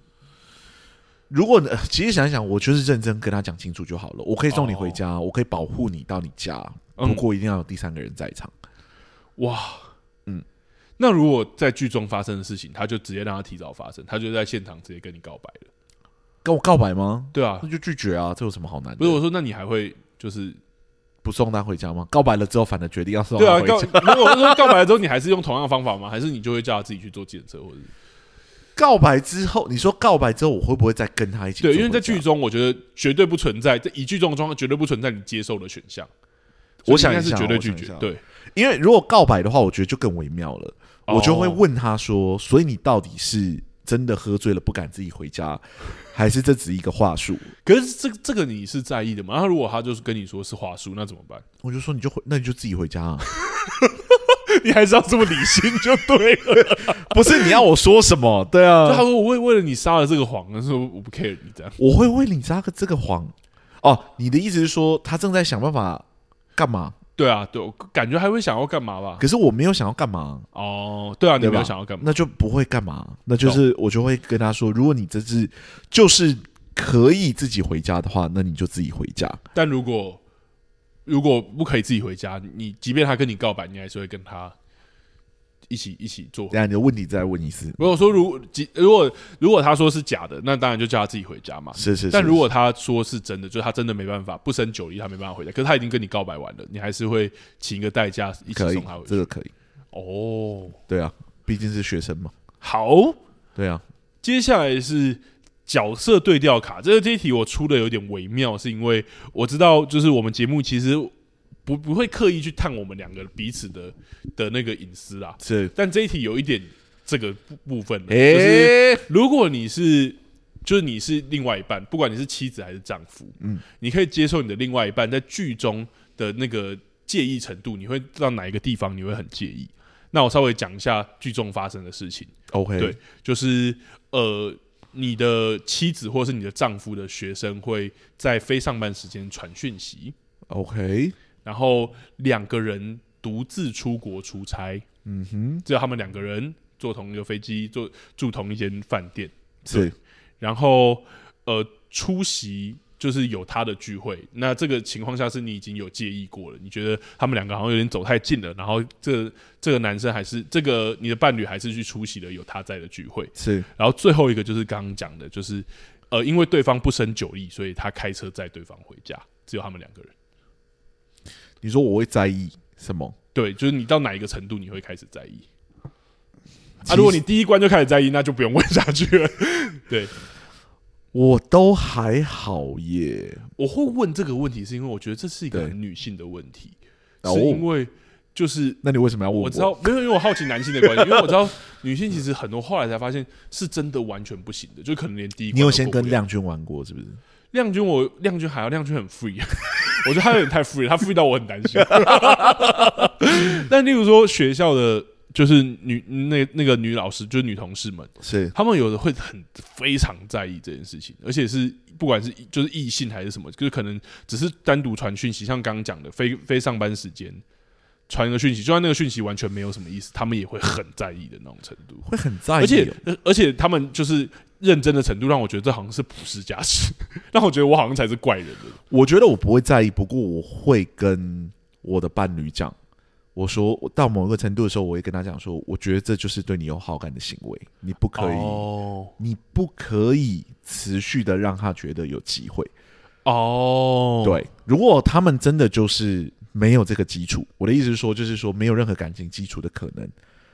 S1: 如果呃其实想一想，我就是认真跟他讲清楚就好了。我可以送你回家，我可以保护你到你家，
S2: 哦嗯
S1: 不过一定要有第三个人在场。
S2: 哇？
S1: 嗯，
S2: 那如果在剧中发生的事情，他就直接让他提早发生，他就在现场直接跟你告白了。
S1: 跟我告白吗？
S2: 对啊
S1: 那，就拒绝啊，这有什么好难的？
S2: 不是我说，那你还会就是
S1: 不送他回家吗？告白了之后，反而决定要送
S2: 对
S1: 他
S2: 啊，
S1: 回
S2: 告
S1: 家。
S2: 没有我是说告白了之后，你还是用同样的方法吗？还是你就会叫他自己去做检测，或者是
S1: 告白之后，你说告白之后，我会不会再跟他一起住回
S2: 对？
S1: 家？
S2: 因为在剧中，我觉得绝对不存在，在以剧中的状况绝对不存在你接受的选项。
S1: 我想
S2: 所
S1: 一
S2: 以应该
S1: 下
S2: 是绝对拒
S1: 我
S2: 绝
S1: 想一下，
S2: 对，
S1: 因为如果告白的话，我觉得就更微妙了。
S2: 哦
S1: 我就会问他说：“所以你到底是真的喝醉了不敢自己回家， 还是这只是一个话术
S2: 可是这这个你是在意的吗？那如果他就是跟你说是话术，那怎么办？？”
S1: 我就说：“你就回，那你就自己回家啊！
S2: 你还是要这么理性就对了。
S1: 不是你要我说什么？对
S2: 就他
S1: 啊，
S2: 说我为为了你撒了这个谎，但是我不 care 你这样。
S1: 我会为你撒个这个谎。哦，你的意思是说他正在想办法干嘛？
S2: 对啊，对，我感觉还会想要干 嘛吧？
S1: 可是我没有想要干嘛，
S2: 哦，对啊，你
S1: 对
S2: 没
S1: 吧？
S2: 有想要干嘛？
S1: 那就不会干嘛。那就是我就会跟他说：如果你这是就是可以自己回家的话，那你就自己回家。
S2: 但如果如果不可以自己回家，你即便他跟你告白，你还是会跟他一起一起做
S1: 等。一下你的问题再问一次。
S2: 如果说如即如果如果他说是假的，那当然就叫他自己回家嘛。
S1: 是是是，
S2: 但如果他说是真的，就是他真的没办法，不胜酒力，他没办法回家。可是他已经跟你告白完了，你还是会请一个代驾一起
S1: 可以
S2: 送他回，去
S1: 这。个可以。
S2: 哦，
S1: 对啊，毕竟是学生嘛。
S2: 好，
S1: 对啊，
S2: 接下来是角色对调卡，这个这一题我出的有点微妙，是因为我知道就是我们节目其实不不会刻意去探我们两个彼此的的那个隐私啦，
S1: 是。
S2: 但这一题有一点这个部部分了，就是
S1: 诶、
S2: 如果你是。就是你是另外一半，不管你是妻子还是丈夫，嗯
S1: 嗯，
S2: 你可以接受你的另外一半在剧中的那个介意程度，你会到哪一个地方你会很介意？那我稍微讲一下剧中发生的事情。
S1: o k
S2: 对就是呃，你的妻子或是你的丈夫的学生会在非上班时间传讯息，
S1: ，OK，
S2: 然后两个人独自出国出差，
S1: 嗯哼，
S2: 只有他们两个人坐同一个飞机，坐住同一间饭店，
S1: 是
S2: 然后呃出席。就是有他的聚会，那这个情况下是你已经有介意过了，你觉得他们两个好像有点走太近了，然后这这个男生还是这个你的伴侣还是去出席了有他在的聚会，
S1: 是
S2: 然后最后一个就是刚刚讲的，就是呃，因为对方不胜酒力，所以他开车载对方回家，只有他们两个人。
S1: 你说我会在意什么？
S2: 对，就是你到哪一个程度你会开始在意？
S1: 其 实
S2: 啊，如果你第一关就开始在意， 那就不用问下去了。对，
S1: 我都还好耶。
S2: 我会问这个问题，是因为我觉得这是一个
S1: 对
S2: 很女性的问题，
S1: 哦
S2: 是因为就是
S1: 那你为什么要问
S2: 我知道没有，因为我好奇男性的关系，因为我知道女性其实很多后来才发现是真的完全不行的，就可能连第一关
S1: 你有
S2: 都
S1: 先
S2: 过不
S1: 跟
S2: 了
S1: 亮君玩过是不是？
S2: 亮君我，亮君还要亮君很 free，我啊 觉得他有点太 free，了他 free 到我很担心。 但例如说学校的就是女那那个女老师，就是女同事们，
S1: 是
S2: 她们有的会很非常在意这件事情，而且是不管是就是异性还是什么，就是可能只是单独传讯息，像刚刚讲的非非上班时间传一个讯息，就算那个讯息完全没有什么意思，他们也会很在意的那种程度。
S1: 会很在意、哦，
S2: 而且呃而且他们就是认真的程度，让我觉得这好像是普世价值，让我觉得我好像才是怪人的。
S1: 我觉得我不会在意，不过我会跟我的伴侣讲，我说我到某一个程度的时候，我会跟他讲说，我觉得这就是对你有好感的行为，你不可以，
S2: 哦
S1: 你不可以持续的让他觉得有机会。
S2: 哦，
S1: 对，如果他们真的就是没有这个基础，我的意思是说，就是说没有任何感情基础的可能，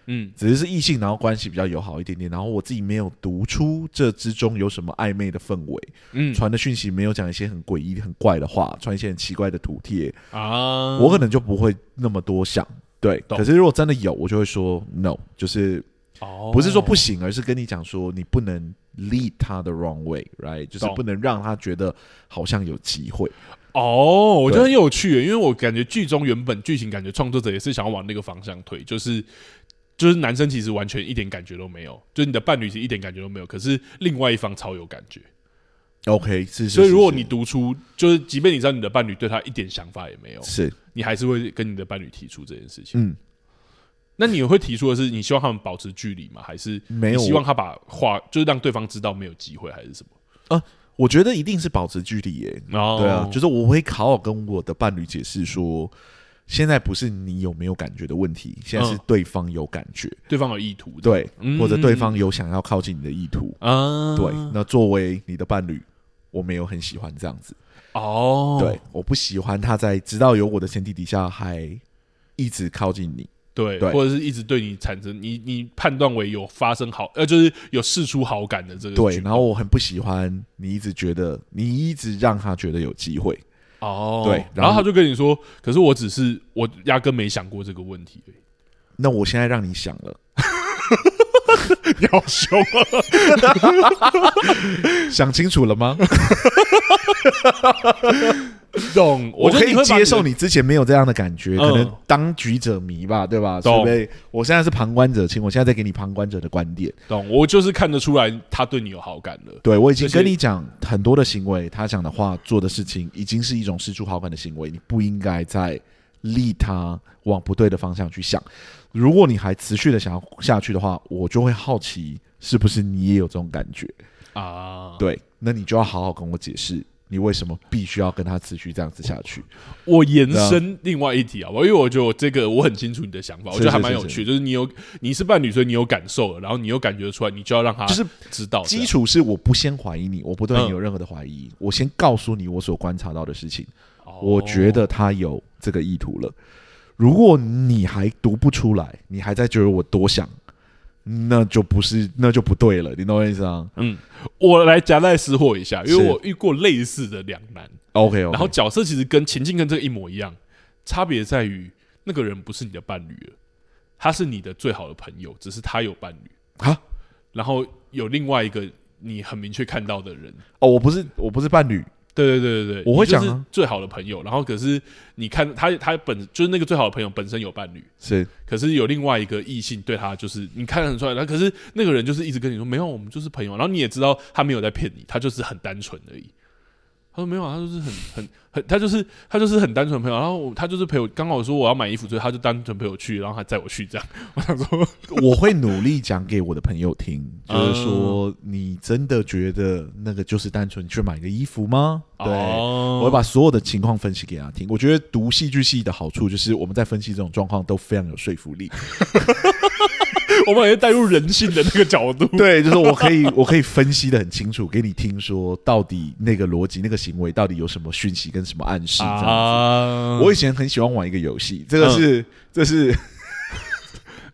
S2: 嗯，
S1: 只是是异性，然后关系比较友好一点点，然后我自己没有读出这之中有什么暧昧的氛围，
S2: 嗯
S1: 传的讯息没有讲一些很诡异、很怪的话，传一些很奇怪的图贴，
S2: 啊，
S1: 我可能就不会那么多想。对，
S2: 懂
S1: 可是如果真的有，我就会说 no，就是
S2: 哦
S1: 不是说不行，而是跟你讲说你不能 lead 他的 wrong way，right？就是
S2: 懂
S1: 不能让他觉得好像有机会。
S2: 哦，我觉得
S1: 对
S2: 很有趣耶，因为我感觉剧中原本剧情感觉创作者也是想要往那个方向推，就是。就是男生其实完全一点感觉都没有，就是你的伴侣其实一点感觉都没有，可是另外一方超有感觉。
S1: OK，是是是。
S2: 所以如果
S1: 是
S2: 你读出，就是即便你知道你的伴侣对他一点想法也没有，
S1: 是
S2: 你还是会跟你的伴侣提出这件事情。
S1: 嗯
S2: 那你会提出的是，你希望他们保持距离吗？还是
S1: 没有，
S2: 你希望他把话就是让对方知道没有机会，还是什么？
S1: 我觉得一定是保持距离耶。
S2: 哦
S1: 对啊，就是我会好好跟我的伴侣解释说，现在不是你有没有感觉的问题，现在是
S2: 嗯
S1: 对方有感觉，
S2: 对方有意图的
S1: 对，
S2: 嗯
S1: 或者对方有想要靠近你的意图。
S2: 啊，
S1: 对，那作为你的伴侣，我没有很喜欢这样子。
S2: 哦，
S1: 对，我不喜欢他在知道有我的前提底下还一直靠近你。
S2: 对
S1: 对
S2: 或者是一直对你产生你你判断为有发生好呃，就是有试出好感的这个
S1: 对，
S2: 举动
S1: 然后我很不喜欢你一直觉得你一直让他觉得有机会。
S2: 哦，
S1: 对然
S2: 然
S1: 后
S2: 后他就跟你说，可是我只是我压根没想过这个问题而已，
S1: 那我现在让你想 了，
S2: 你好凶啊！
S1: 想清楚了吗？
S2: 懂，
S1: 我
S2: 觉
S1: 可
S2: 得
S1: 以
S2: 会把
S1: 接受
S2: 你
S1: 你之前没有这样的感觉，
S2: 嗯
S1: 可能当局者迷吧，对吧？
S2: 懂
S1: 所以我现在是旁观者清，我现在在给你旁观者的观点。
S2: 的，懂，我就是看得出来他对你有好感了。
S1: 对我已经
S2: 这些
S1: 跟你讲很多的行为，他讲的话、做的事情，已经是一种失出好感的行为，你不应该再利他往不对的方向去想。如果你还持续的想要下去的话，我就会好奇是不是你也有这种感觉。
S2: 啊，
S1: 对，那你就要好好跟我解释，你为什么必须要跟他持续这样子下去。
S2: 我延伸另外一题啊，因为我觉得我这个我很清楚你的想法，我
S1: 是
S2: 觉得还
S1: 是
S2: 蛮
S1: 是
S2: 有
S1: 是
S2: 趣，就是你有你是伴侣，所以你有感受了，然后你又感觉出来，你就要让他
S1: 就是
S2: 知道这
S1: 基
S2: 样
S1: 础是我不先怀疑你，我不对
S2: 嗯
S1: 你有任何的怀疑，我先告诉你我所观察到的事情，
S2: 哦
S1: 我觉得他有这个意图了。如果你还读不出来，你还在觉得我多想，那就不是，那就不对了，你懂我意思啊
S2: 嗯，我来夹带私货一下，因为
S1: 是
S2: 我遇过类似的两难，
S1: ？OK，, o k
S2: 然后角色其实跟情境跟这个一模一样，差别在于那个人不是你的伴侣了，他是你的最好的朋友，只是他有伴侣，
S1: 啊，
S2: 然后有另外一个你很明确看到的人，
S1: 哦，我不是，我不是伴侣，
S2: 对对对对对，
S1: 我会
S2: 你就
S1: 讲啊
S2: 是最好的朋友，然后可是你看他他本就是那个最好的朋友本身有伴侣，
S1: 是
S2: 可是有另外一个异性对他就是你看得很出来，然后可是那个人就是一直跟你说没有，我们就是朋友，然后你也知道他没有在骗你，他就是很单纯而已。他说没有啊，他就是很很很，他就是他就是很单纯的朋友，然后我他就是陪我，刚好我说我要买衣服，所以他就单纯陪我去，然后还载我去这样。我想说，
S1: 我会努力讲给我的朋友 听，
S2: 嗯
S1: 就是说，你真的觉得那个就是单纯去买个衣服吗？对。
S2: 哦
S1: 我会把所有的情况分析给他听。我觉得读戏剧系的好处就是我们在分析这种状况都非常有说服力。
S2: 我们也带入人性的那个角 度，
S1: 对，就是我可以我可以分析的很清楚，给你听说到底那个逻辑、那个行为到底有什么讯息跟什么暗示这样子。
S2: 啊
S1: 我以前很喜欢玩一个游戏，这
S2: 嗯
S1: 个是、这是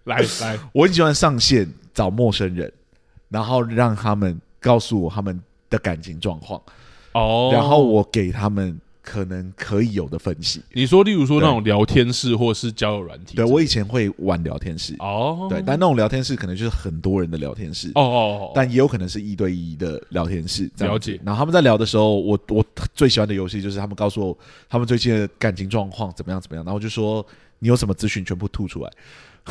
S2: 来来，
S1: 我很喜欢上线找陌生人，然后让他们告诉我他们的感情状况，
S2: 哦，
S1: 然后我给他们可能可以有的分析。
S2: 你说，例如说那
S1: 对
S2: 种聊天室或是交友软体之
S1: 对
S2: 类的，
S1: 我以前会玩聊天室，
S2: 哦，
S1: 对，但那种聊天室可能就是很多人的聊天室，
S2: 哦哦，哦
S1: 但也有可能是一对一的聊天室。这样子
S2: 了解
S1: 然后他们在聊的时候，我我最喜欢的游戏就是他们告诉我他们最近的感情状况怎么样怎么样，然后我就说你有什么资讯全部吐出来。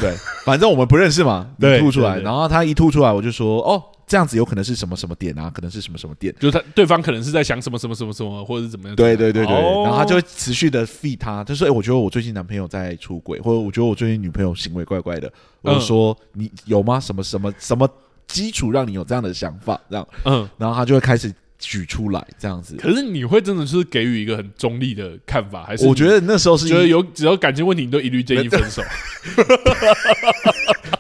S1: 对， 反正我们不认识 嘛，你
S2: 对
S1: 吐出来。
S2: 对对
S1: 然后他一吐出来，我就说哦，这样子有可能是什么什么点啊，可能是什么什么点。
S2: 就是他对方可能是在想什么什么什么什么，或者是怎么样？
S1: 对对对对，
S2: 哦
S1: 然后他就会持续的 feed 他，就说：“哎、我觉得我最近男朋友在出轨，或者我觉得我最近女朋友行为怪怪的。”我就说：“你有吗？什么什么什么基础让你有这样的想法？”这样，
S2: 嗯。
S1: 然后他就会开始举出来这样子。
S2: 可是你会真的就是给予一个很中立的看法，还是
S1: 我觉得那时候是
S2: 你觉得有只要感情问题，你都一律建议分 手？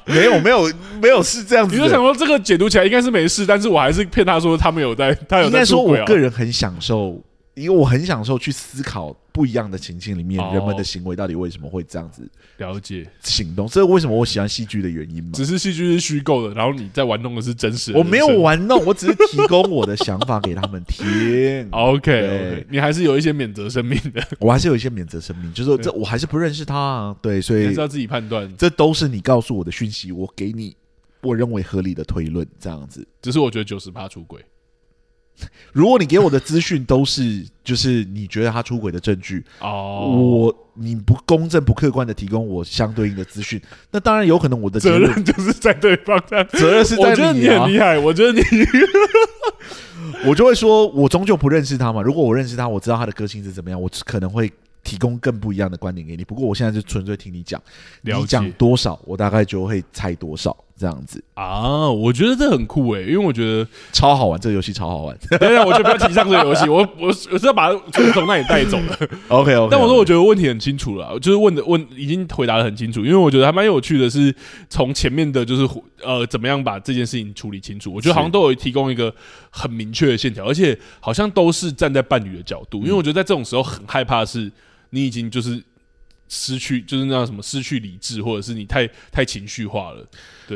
S1: 没 有没有没有是这样
S2: 你
S1: 子
S2: 就想
S1: 的。
S2: 说这个解读起来应该是没事，但是我还是骗他说他们有在，他有
S1: 应
S2: 在
S1: 该说，
S2: 出轨
S1: 我
S2: 啊。
S1: 个人很享受，因为我很享受去思考不一样的情境里面
S2: 哦
S1: 人们的行为到底为什么会这样子
S2: 了解，
S1: 行动。这是为什么我喜欢戏剧的原因嘛？
S2: 只是戏剧是虚构的，然后你在玩弄的是真实的
S1: 我
S2: 人
S1: 没
S2: 生。。
S1: 有玩弄，我只是提供我的想法给他们听
S2: OK，,
S1: 对
S2: 你还是有一些免责生命的，
S1: 我还是有一些免责声明，就是说这我还是不认识他、啊，对，所
S2: 你还
S1: 以
S2: 是要自己判断。
S1: 这都是你告诉我的讯息，我给你我认为合理的推论，这样子。
S2: 只是我觉得九十趴出轨，
S1: 如果你给我的资讯都是就是你觉得他出轨的证据，
S2: 哦，
S1: 我你不公正不客观的提供我相对应的资讯，那当然有可能我的结
S2: 责
S1: 论
S2: 任就是在对方上。
S1: 责任是在
S2: 我觉得你
S1: 你啊
S2: 很厉害，我觉得你
S1: 我就会说，我终究不认识他嘛。如果我认识他，我知道他的个性是怎么样，我可能会提供更不一样的观点给你。不过我现在就纯粹听你讲，
S2: 了解
S1: 你讲多少，我大概就会猜多少。这样子，
S2: 啊，我觉得这很酷欸诶、因为我觉得，
S1: 超好玩，这个游戏超好玩。
S2: 当然我就不要提倡这个游戏，我我我是要把从从那里带走 了。
S1: OK OK，
S2: 但我说，我觉得问题很清楚了，就是问的问已经回答的很清楚，因为我觉得还蛮有趣的是，从前面的就是呃怎么样把这件事情处理清楚，我觉得好像都有提供一个很明确的线条，而且好像都是站在伴侣的角
S1: 嗯
S2: 度，因为我觉得在这种时候很害怕的是你已经就是。失去就是那叫什么失去理智，或者是你太太情绪化了。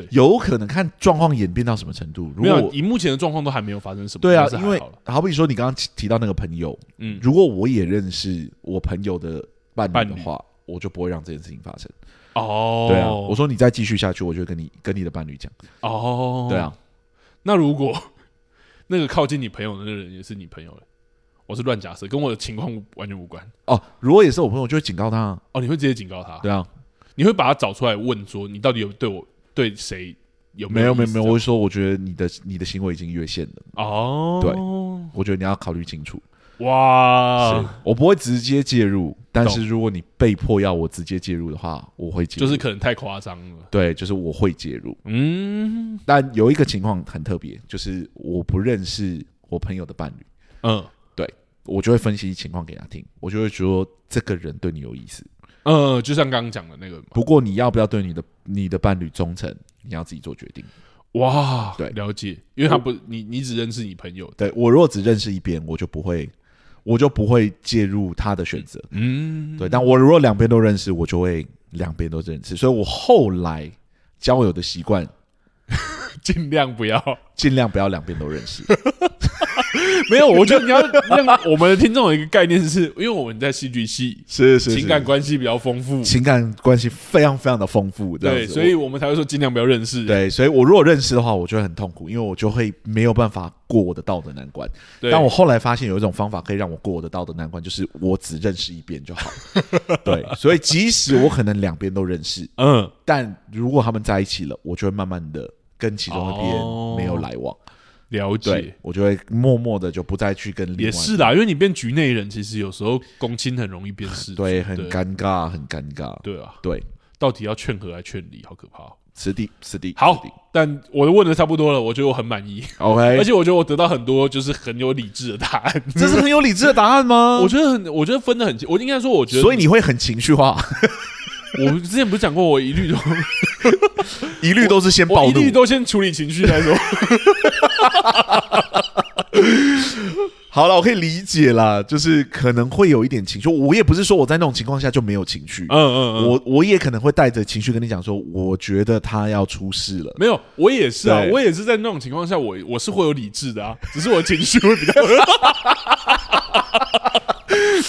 S1: 有可能看状况演变到什么程度。如
S2: 没有，啊
S1: 果
S2: 以目前的状况都还没有发生什么。
S1: 对啊
S2: 应该，是
S1: 因为
S2: 还好了
S1: 好比说你刚刚提到那个朋友，
S2: 嗯，
S1: 如果我也认识我朋友的伴
S2: 伴
S1: 侣的
S2: 侣
S1: 话，我就不会让这件事情发生。
S2: 哦，
S1: 对啊，我说你再继续下去，我就跟你跟你的伴侣讲。
S2: 哦，
S1: 对。啊，
S2: 那如果 那个靠近你朋友的那个人也是你朋友嘞，我是乱假设，跟我的情况完全无关。
S1: 哦，如果也是我朋友，我就会警告他啊。
S2: 哦，你会直接警告他，
S1: 对啊，
S2: 你会把他找出来问说，你到底有对我对谁有
S1: 没
S2: 有
S1: 有
S2: 没
S1: 没有没有，我会说，我觉得你的你的行为已经越线了，
S2: 哦，
S1: 我觉得你要考虑清楚。
S2: 对，哇，
S1: 我不会直接介入，但
S2: 啊懂
S1: 是如果你被迫要我直接介入的话，我会介入。
S2: 就是可能太夸张了。
S1: 对，就是我会介入。
S2: 嗯
S1: 但有一个情况很特别，就是我不认识我朋友的伴侣，
S2: 嗯
S1: 我就会分析情况给他听，我就会说这个人对你有意思。
S2: 嗯，就像刚刚讲的那个嘛，
S1: 不过你要不要对你的你的伴侣忠诚，你要自己做决定。
S2: 哇，
S1: 对
S2: 了解，因为他不，你你只认识你朋友，
S1: 对我如果只认识一边，我就不会，我就不会介入他的选择。
S2: 嗯，
S1: 对，但我如果两边都认识，我就会两边都认识。所以我后来交友的习惯，
S2: 尽量不要。
S1: 尽量不要两边都认 识。
S2: 没有，我觉得你要让我们的听众有一个概念是，因为我们在戏剧系，
S1: 是是
S2: 情感关系比较丰富，
S1: 情感关系非常非常的丰富，这样
S2: 对，
S1: 子
S2: 所以我们才会说尽量不要认识。
S1: 对，所以我如果认识的话，我就会很痛苦，因为我就会没有办法过我的道德难关。
S2: 对，
S1: 但我后来发现有一种方法可以让我过我的道德难关，就是我只认识一边就 好。对，所以即使我可能两边都认识，
S2: 嗯，
S1: 但如果他们在一起了，我就会慢慢的跟其中一边没有来往，
S2: 哦了
S1: 对
S2: 解，
S1: 我就会默默的就不再去跟另外
S2: 也是啦，因为你变局内人，其实有时候公亲很容易变事，
S1: 对，很，尴尬，很尴尬。
S2: 对啊，
S1: 对，
S2: 到底要劝和还劝离，好可怕哦。
S1: 此地此地
S2: 好，但我问的差不多了，我觉得我很满意，而
S1: ，OK，
S2: 且我觉得我得到很多就是很有理智的答案。
S1: 这是很有理智的答案吗？
S2: 我觉得很，我觉得分的很清，我应该说，我觉得，
S1: 所以你会很情绪化，
S2: 我之前不是讲过，我一律 都
S1: 一律都是先
S2: 我
S1: 暴
S2: 一律
S1: 怒。
S2: 都先处理情 绪再说。
S1: 好了，我可以理解啦，就是可能会有一点情绪。我也不是说我在那种情况下就没有情绪，
S2: 嗯嗯嗯，
S1: 我我也可能会带着情绪跟你讲说，我觉得他要出事了。
S2: 没有，我也是啊，
S1: 对
S2: 我也是在那种情况下，我我是会有理智的啊，只是我情绪会 比较。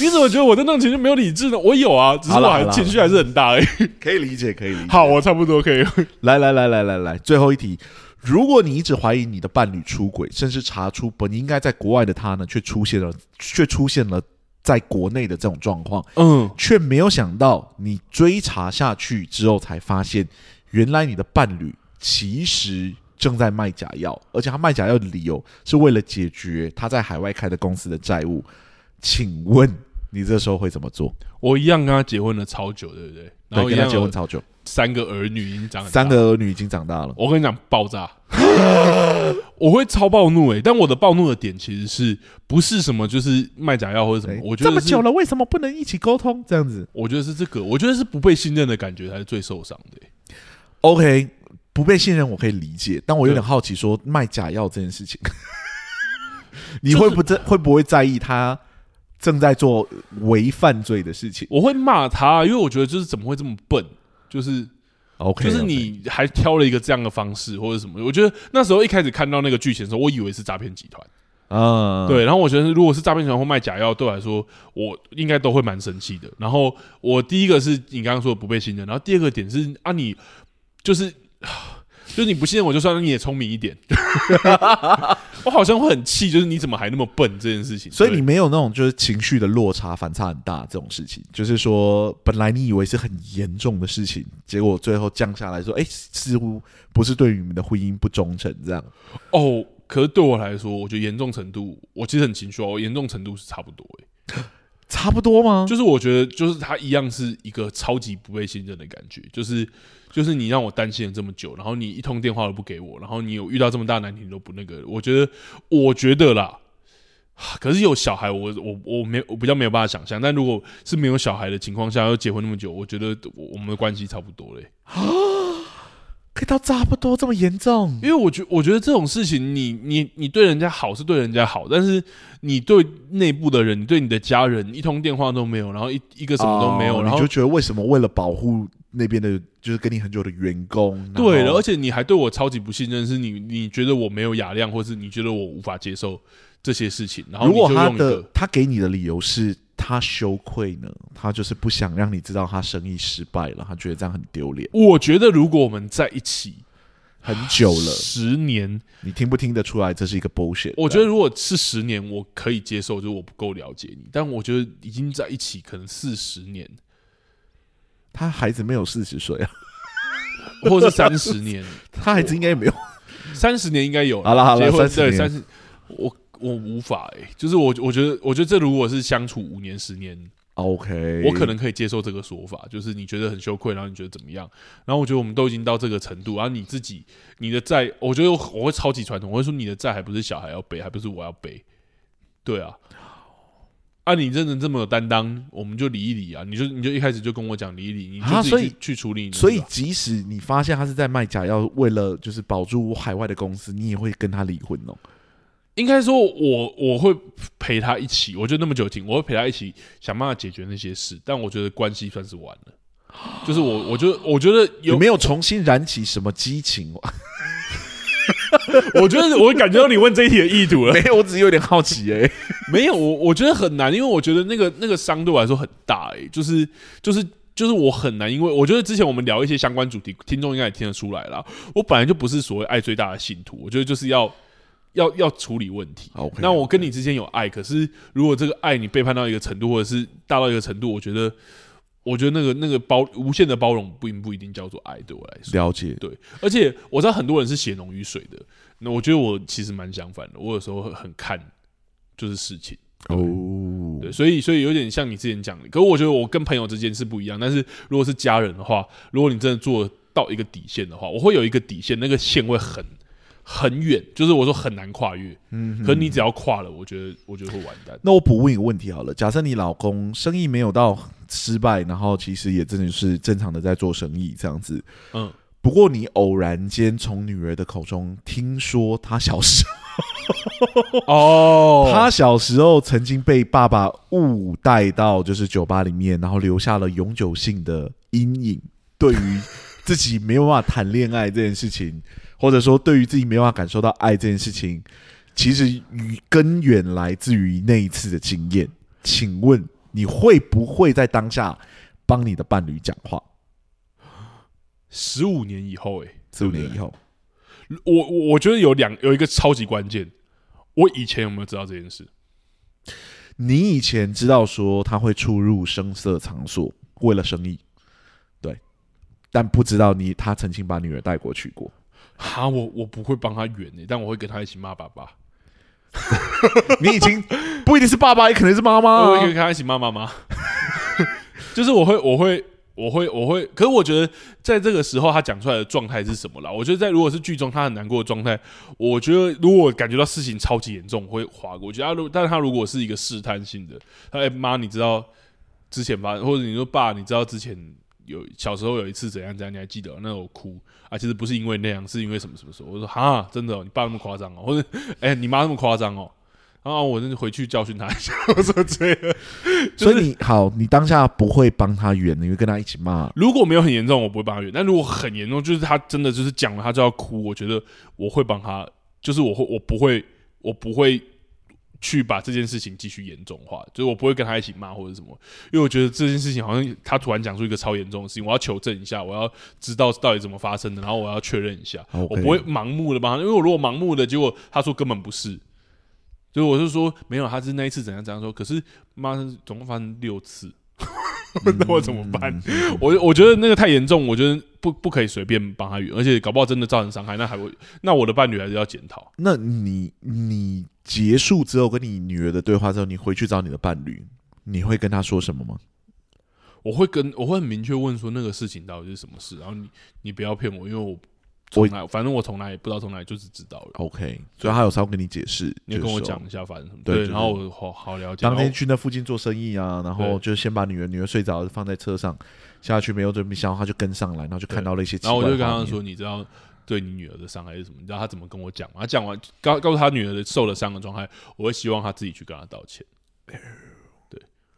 S2: 你怎么觉得我在那种情绪没有理智呢？我有啊，只是
S1: 好
S2: 我
S1: 啦
S2: 还
S1: 好啦
S2: 情绪还是很大而已。
S1: 可以理解，可以理解。
S2: 好，我差不多可以。
S1: 来来来来来来，最后一题。如果你一直怀疑你的伴侣出轨，甚至查出本应该在国外的他呢，却出现了却出现了在国内的这种状况，
S2: 嗯，
S1: 却没有想到你追查下去之后才发现，原来你的伴侣其实正在卖假药，而且他卖假药的理由是为了解决他在海外开的公司的债务。请问你这时候会怎么做？
S2: 我一样跟他结婚了超久，对不对？然
S1: 对，
S2: 后一
S1: 跟他
S2: 样啊嗯
S1: 结婚
S2: 有
S1: 超久，
S2: 三个儿女，已经长很大
S1: 三个儿女已经长大了。
S2: 我跟你讲，爆炸，我会超暴怒诶、欸但我的暴怒的点其实是不是什么就是卖假药或者什么
S1: 对？
S2: 我觉
S1: 这么
S2: 得是
S1: 久，了，为什么不能一起沟通？这样子
S2: 我觉得是这个，我觉得是不被信任的感觉才是最受伤的欸、
S1: ，OK，不被信任我可以理解，但我有点好奇，说卖假药这件事 情，你会不在会不会在意他正在做违犯罪的事情
S2: 我会骂他，因为我觉得就是怎么会这么笨，就是
S1: ？OK，
S2: 就是你还挑了一个这样的方式或者什么。我觉得那时候一开始看到那个剧情的时候，我以为是诈骗集团，
S1: 啊，
S2: 对。然后我觉得如果是诈骗集团或卖假药，对我来说，我应该都会蛮生气的。然后我第一个是你刚刚说的不被信任，然后第二个点是啊你，就是。啊就是你不信任我，就算了，你也聪明一点。 我好像会很气，就是你怎么还那么笨这件事情。
S1: 所以
S2: 对
S1: 你没有那种就是情绪的落差反差很大这种事情，就是说本来你以为是很严重的事情，结果最后降下来说，哎、似乎不是对于你们的婚姻不忠诚这样。
S2: 哦，可是对我来说，我觉得严重程度，我其实很情绪哦，严重程度是差不多、欸。
S1: 差不多吗？
S2: 就是我觉得，就是他一样是一个超级不被信任的感觉，就是就是你让我担心了这么久，然后你一通电话都不给我，然后你有遇到这么大难题你都不那个，我觉得我觉得啦，啊可是有小孩我，我我没我比较没有办法想象，但如果是没有小孩的情况下，又结婚那么久，我觉得我我们的关系差不多嘞、
S1: 可以到差不多这么严重？
S2: 因为我觉我觉得这种事情你，你你对人家好是对人家好，但是你对内部的人，你对你的家人，一通电话都没有，然后一一个什么都没有，
S1: 哦
S2: 然后
S1: 你就觉得为什么为了保护那边的，就是跟你很久的员工，
S2: 对，
S1: 然
S2: 了，
S1: 后
S2: 而且你还对我超级不信任，是你你觉得我没有雅量，或是你觉得我无法接受这些事情，然后
S1: 如
S2: 你就
S1: 果他
S2: 用一
S1: 的
S2: 个
S1: 他给你的理由是他羞愧呢，他就是不想让你知道他生意失败了，他觉得这样很丢脸。
S2: 我觉得如果我们在一起
S1: 很久 了，
S2: 十年，
S1: 你听不听得出来这是一个 bullshit？
S2: 我觉得如果是十年，我可以接受，就是我不够了解你，但我觉得已经在一起可能四十年，
S1: 啊他孩子没有四十岁啊，
S2: 或是三十年，
S1: 他孩子应该也 没有。
S2: 三十年应该有
S1: 好啦好啦
S2: 结婚
S1: 30
S2: 对
S1: 年
S2: 三十，我我无法哎、就是我我觉得我觉得这如果是相处五年十年，
S1: OK，
S2: 我可能可以接受这个说法，就是你觉得很羞愧，然后你觉得怎么样？然后我觉得我们都已经到这个程度，然后你自己你的债，我觉得我我会超级传统，我会说你的债还不是小孩要背，还不是我要背，对啊。啊，你真的这么有担当，我们就理一理啊！你就你就一开始就跟我讲理一理，你就
S1: 啊
S2: 自
S1: 所
S2: 己
S1: 以
S2: 去去处理你的
S1: 所以
S2: 吧，
S1: 即使你发现他是在卖假药，为了就是保住海外的公司，你也会跟他离婚哦。
S2: 应该说我我会陪他一起，我就那么久听，我会陪他一起想办法解决那些事。但我觉得关系算是完了，就是我我觉得我觉得有
S1: 有没有重新燃起什么激情？哦
S2: 我觉得我感觉到你问这一题的意图了。
S1: 没有，我只是有点好奇哎、
S2: 没有，我我觉得很难，因为我觉得那个那个伤对我来说很大、欸，就是就是就是我很难，因为我觉得之前我们聊一些相关主题，听众应该也听得出来啦。我本来就不是所谓爱最大的信徒，我觉得就是要要要处理问题。
S1: OK，
S2: 那我跟你之间有爱，可是如果这个爱你背叛到一个程度，或者是大到一个程度，我觉得。我觉得那个那个包无限的包容不不一定叫做爱，对我来说。
S1: 了解。
S2: 对，而且我知道很多人是血浓于水的，那我觉得我其实蛮相反的，我有时候很很看就是事情，
S1: 哦，
S2: 对，所以所以有点像你之前讲的，可我觉得我跟朋友之间是不一样，但是如果是家人的话，如果你真的做到一个底线的话，我会有一个底线，那个线会很很远，就是我说很难跨越，嗯，可你只要跨了，我觉得我觉得会完蛋。
S1: 那我补问一个问题好了，假设你老公生意没有到失败，然后其实也真的是正常的在做生意这样子，
S2: 嗯，
S1: 不过你偶然间从女儿的口中听说，她小时候，
S2: 哦
S1: 她小时候曾经被爸爸误带到就是酒吧里面，然后留下了永久性的阴影，对于自己没有办法谈恋爱这件事情，或者说对于自己没有办法感受到爱这件事情，其实与根源来自于那一次的经验。请问你会不会在当下帮你的伴侣讲话？
S2: 十五年以后、欸，
S1: 四五年以后，
S2: 我我我觉得有两有一个超级关键，我以前有没有知道这件事？
S1: 你以前知道说他会出入声色场所，为了生意，对，但不知道你他曾经把女儿带过去过。
S2: 哈，我我不会帮他圆诶、但我会跟他一起骂爸爸，
S1: 你已经 不一定是爸爸，也可能是妈妈啊、
S2: 我会跟他一起骂妈妈， 就是我会我会我会我会，可是我觉得在这个时候他讲出来的状态是什么啦？我觉得在如果是剧中他很难过的状态，我觉得如果我感觉到事情超级严重，我会划过去。他如但是他如果是一个试探性的，他哎妈、你知道之前发，或者你说爸，你知道之前。有小时候有一次怎样怎样，你还记得？那时候我哭啊，其实不是因为那样，是因为什么什么时候？我说哈，真的、哦，你爸那么夸张哦，或者哎、你妈那么夸张哦，然后我就回去教训他一下，我说这个
S1: 所以你好，你当下不会帮他圆，你会跟他一起骂。
S2: 如果没有很严重，我不会帮他圆；但如果很严重，就是他真的就是讲了，他就要哭，我觉得我会帮他，就是我会我不会我不会去把这件事情继续严重化，就是我不会跟他一起骂或者什么，因为我觉得这件事情好像他突然讲出一个超严重的事情，我要求证一下，我要知道到底怎么发生的，然后我要确认一下
S1: OK
S2: 我不会盲目的帮他，因为我如果盲目的，结果他说根本不是。所以我就说没有，他是那一次怎样怎样说，可是妈总共发生六 次，那我怎么办？
S1: 嗯
S2: 我我觉得那个太严重，我觉得不不可以随便帮他圆，而且搞不好真的造成伤害，那还会那我的伴侣还是要检讨。
S1: 那你你结束之后，跟你女儿的对话之后，你回去找你的伴侣，你会跟他说什么吗？
S2: 我会跟我会很明确问说那个事情到底是什么事，然后你你不要骗我，因为我
S1: 我
S2: 从来反正我从来也不知道从哪里就是知道了，
S1: OK，所以他有时候跟你解释，
S2: 你就跟我
S1: 就是说
S2: 讲一下发生什么，
S1: 对
S2: 对，
S1: 就是
S2: 然后我好好了解。
S1: 当
S2: 然
S1: 天
S2: 后
S1: 去那附近做生意啊，然后
S2: 对
S1: 就先把女儿，女儿睡着了放在车上，下去没有准备箱，然后他就跟上来，然后就看到了一些奇怪
S2: 然后我就
S1: 的
S2: 跟
S1: 画
S2: 他
S1: 面
S2: 说，你知道对你女儿的伤害是什么？你知道他怎么跟我讲吗？他讲完告告诉他女儿的受了伤的状态，我会希望他自己去跟他道歉。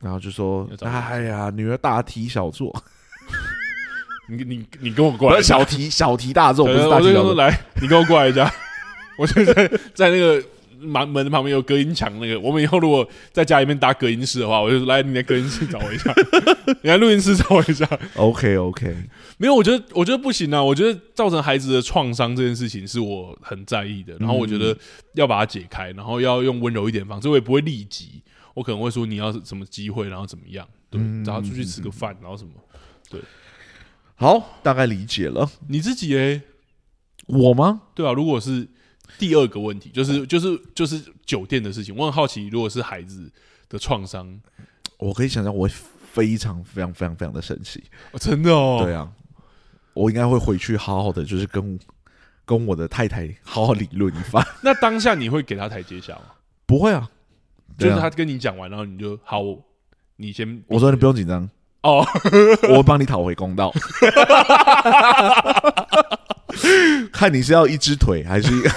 S1: 然后就说
S2: 要：“找我
S1: 哎呀，女儿大题小做，
S2: 你你你跟我过
S1: 不
S2: 来
S1: 是，小题 小题大做，不
S2: 对
S1: 是大
S2: 我
S1: 题
S2: 就
S1: 小
S2: 说
S1: 做。
S2: 来，你跟我过来一下。我就在在那个门门旁边有隔音墙，那个我们以后如果在家里面搭隔音室的话，我就说来你的隔音室找我一下， 你来录音室找我一下。
S1: ”OK OK，
S2: 没有，我觉得我觉得不行啊，我觉得造成孩子的创伤这件事情是我很在意的，然后我觉
S1: 嗯
S2: 得要把它解开，然后要用温柔一点的方式，我也不会立即，我可能会说你要什么机会，然后怎么样，对，
S1: 嗯
S2: 找他出去吃个饭，然后什么。
S1: 好，大概理解了。
S2: 你自己诶，
S1: 我吗？
S2: 对啊，如果是第二个问题，就是就是就是酒店的事情，我很好奇，如果是孩子的创伤、
S1: 我可以想象我会非常非常非常非常的生气。
S2: 哦，真的哦，
S1: 对啊，我应该会回去好好的，就是跟跟我的太太好好理论一番。
S2: 那当下你会给他台阶下吗？
S1: 不会啊，
S2: 就
S1: 对
S2: 是
S1: 啊
S2: 他跟你讲完，然后你就好，我你先，
S1: 我说你不用紧张，
S2: 哦，
S1: 我会帮你讨回公道。 看你是要一只腿还 是一个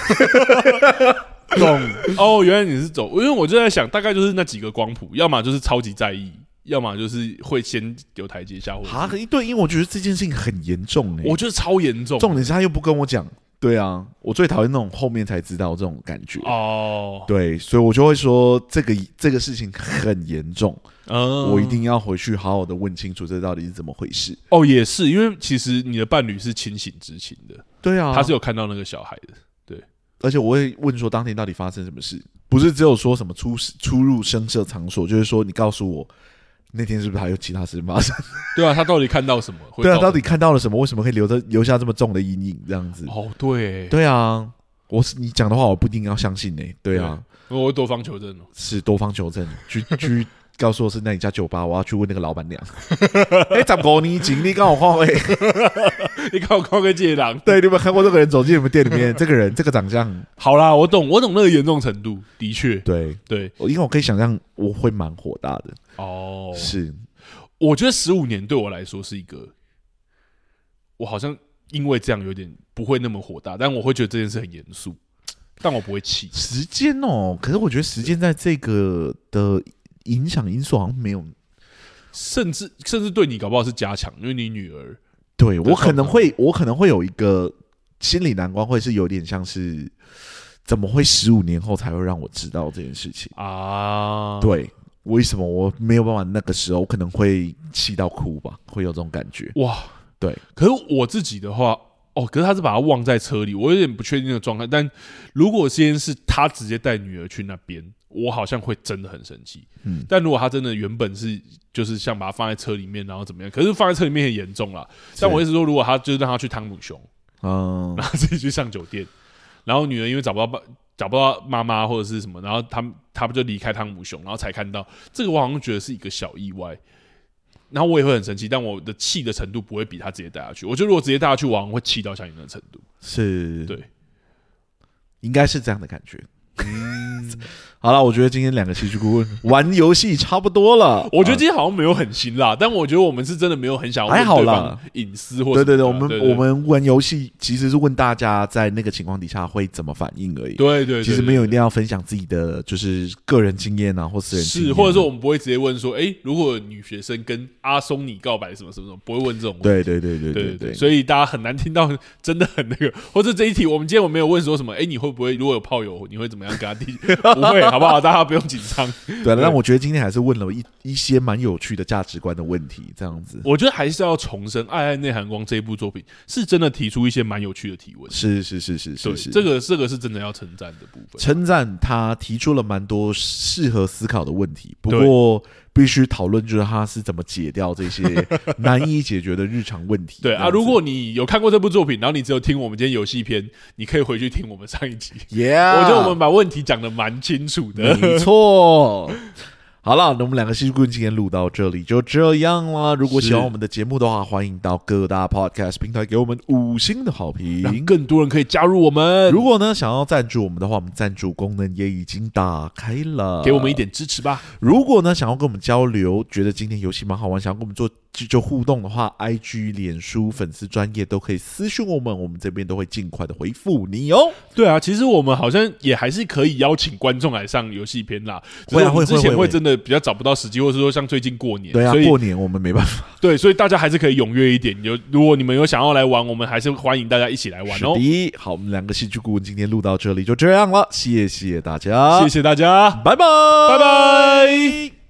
S2: 懂 哦，原来你是走，因为我就在想，大概就是那几个光谱，要么就是超级在意，要么就是会先有台阶下，或
S1: 啊
S2: 者？是
S1: 可对，因为我觉得这件事情很严重哎、
S2: 我觉得超严重
S1: 重点是他又不跟我讲。对啊，我最讨厌那种后面才知道这种感觉。
S2: 哦，
S1: 对，所以我就会说这个这个事情很严重，
S2: 嗯
S1: 我一定要回去好好的问清楚这到底是怎么回事。
S2: 哦，也是，因为其实你的伴侣是清醒知情的，
S1: 对啊，
S2: 他是有看到那个小孩的，
S1: 而且我会问说当天到底发生什么事，不是只有说什么出出入声色场所，就是说你告诉我那天是不是还有其他事情发生？
S2: 对啊，他到底看到什么？会
S1: 对啊，
S2: 造
S1: 到底看到了什么？为什么会留着留下这么重的阴影？这样子，
S2: 哦，对，
S1: 对啊，我是你讲的话，我不一定要相信呢、对啊，
S2: 我多方求证哦。
S1: 是多方求证，去去告诉我是那一家酒吧，我要去问那个老板娘。 哎、怎么你经历跟我换位？
S2: 你看我靠个借狼，
S1: 对，你有没有看过这个人走进你们店里面？这个人这个长相，
S2: 好啦，我懂，我懂那个严重程度，的确，
S1: 对，
S2: 对，
S1: 我因为我可以想象我会蛮火大的，
S2: 哦，
S1: 是
S2: 我觉得十五年对我来说是一个，我好像因为这样有点不会那么火大，但我会觉得这件事很严肃，但我不会气。
S1: 时间哦，可是我觉得时间在这个的影响因素好像没有。
S2: 甚至甚至对你搞不好是加强，因为你女儿
S1: 对
S2: 对
S1: 我可能
S2: 状况
S1: 会，我可能会有一个心理难关，会是有点像是怎么会十五年后才会让我知道这件事情？
S2: 啊，，
S1: 对，为什么我没有办法那个时候，我可能会气到哭吧，会有这种感觉。
S2: 哇，
S1: 对。
S2: 可是我自己的话，哦，可是他是把他忘在车里，我有点不确定的状态。但如果这件事他直接带女儿去那边，我好像会真的很生气。
S1: 嗯，
S2: 但如果他真的原本是就是像把它放在车里面，然后怎么样，可是放在车里面很严重啦。但我意思说，如果他就是让他去汤姆熊，
S1: 嗯
S2: 然后自己去上酒店，然后女儿因为找不到爸。找不到妈妈或者是什么，然后他们他们就离开汤姆熊，然后才看到这个，我好像觉得是一个小意外。然后我也会很生气，但我的气的程度不会比他直接带下去。我觉得如果直接带下去，我好像会气到像你那个程度。
S1: 是，
S2: 对，
S1: 应该是这样的感觉。嗯 好了，我觉得今天两个戏剧顾问玩游戏差不多了。
S2: 我觉得
S1: 啊
S2: 今天好像没有很辛辣，但我觉得我们是真的没有很想要
S1: 还好
S2: 问对
S1: 啦
S2: 方隐私或
S1: 对对
S2: 什
S1: 对，我
S2: 么的
S1: 们我们玩游戏其实是问大家在那个情况底下会怎么反应而已。
S2: 对对对，
S1: 其实
S2: 对
S1: 没有一定要分享自己的就是个人经验啊，或私人经验
S2: 是，
S1: 啊
S2: 或者说我们不会直接问说，诶，如果女学生跟阿松你告白什么什么什么，不会问这种问题。
S1: 对对对对
S2: 对
S1: 对
S2: 对所以大家很难听到，真的很那个。或者这一题，我们今天我没有问说什么，诶，你会不会如果有炮友，你会怎么样跟他递？ 不会，好不好？大家不用紧张。
S1: 对了，啊但我觉得今天还是问了一一些蛮有趣的价值观的问题，这样子。
S2: 我觉得还是要重申，《爱爱内涵光》这一部作品是真的提出一些蛮有趣的提问。
S1: 是是是是是
S2: 对，
S1: 是，
S2: 这个这个是真的要称赞的部分。
S1: 称赞他提出了蛮多适合思考的问题，不过必须讨论就是他是怎么解掉这些难以解决的日常问题。
S2: 对
S1: 这
S2: 啊，
S1: 样子
S2: 如果你有看过这部作品，然后你只有听我们今天游戏篇，你可以回去听我们上一集。
S1: ，Yeah，
S2: 我觉得我们把问题讲的蛮清楚的。
S1: 没错。好了，那我们两个戏剧棍今天录到这里就这样啦。如果喜欢
S2: 是
S1: 我们的节目的话，欢迎到各大 podcast 平台给我们五星的好
S2: 让
S1: 评。
S2: 更多人可以加入我们，
S1: 如果呢想要赞助我们的话，我们赞助功能也已经打开了，
S2: 给我们一。点支持吧。
S1: 如果呢想要跟我们交流，觉得今天游戏蛮好玩，想要跟我们做就就互动的话，IG、脸书粉丝专业都可以私讯我们，我们这边都会尽快的回复你哦。
S2: 对啊，其实我们好像也还是可以邀请观众来上游戏篇啦。只
S1: 会
S2: 是
S1: 啊
S2: 我们
S1: 会会
S2: 之前
S1: 会
S2: 会
S1: 会
S2: 真的比较找不到时机，或者说像最近过年，
S1: 对啊
S2: 所，以
S1: 过年我们没办法。
S2: 对，所以大家还是可以踊跃一点。有如果你们有想要来玩，我们还是欢迎大家一起来玩
S1: 是
S2: 哦。
S1: 的，好，我们两个戏剧顾问今天录到这里就这样了，谢谢大家，
S2: 谢谢大家，
S1: 拜拜，
S2: 拜拜。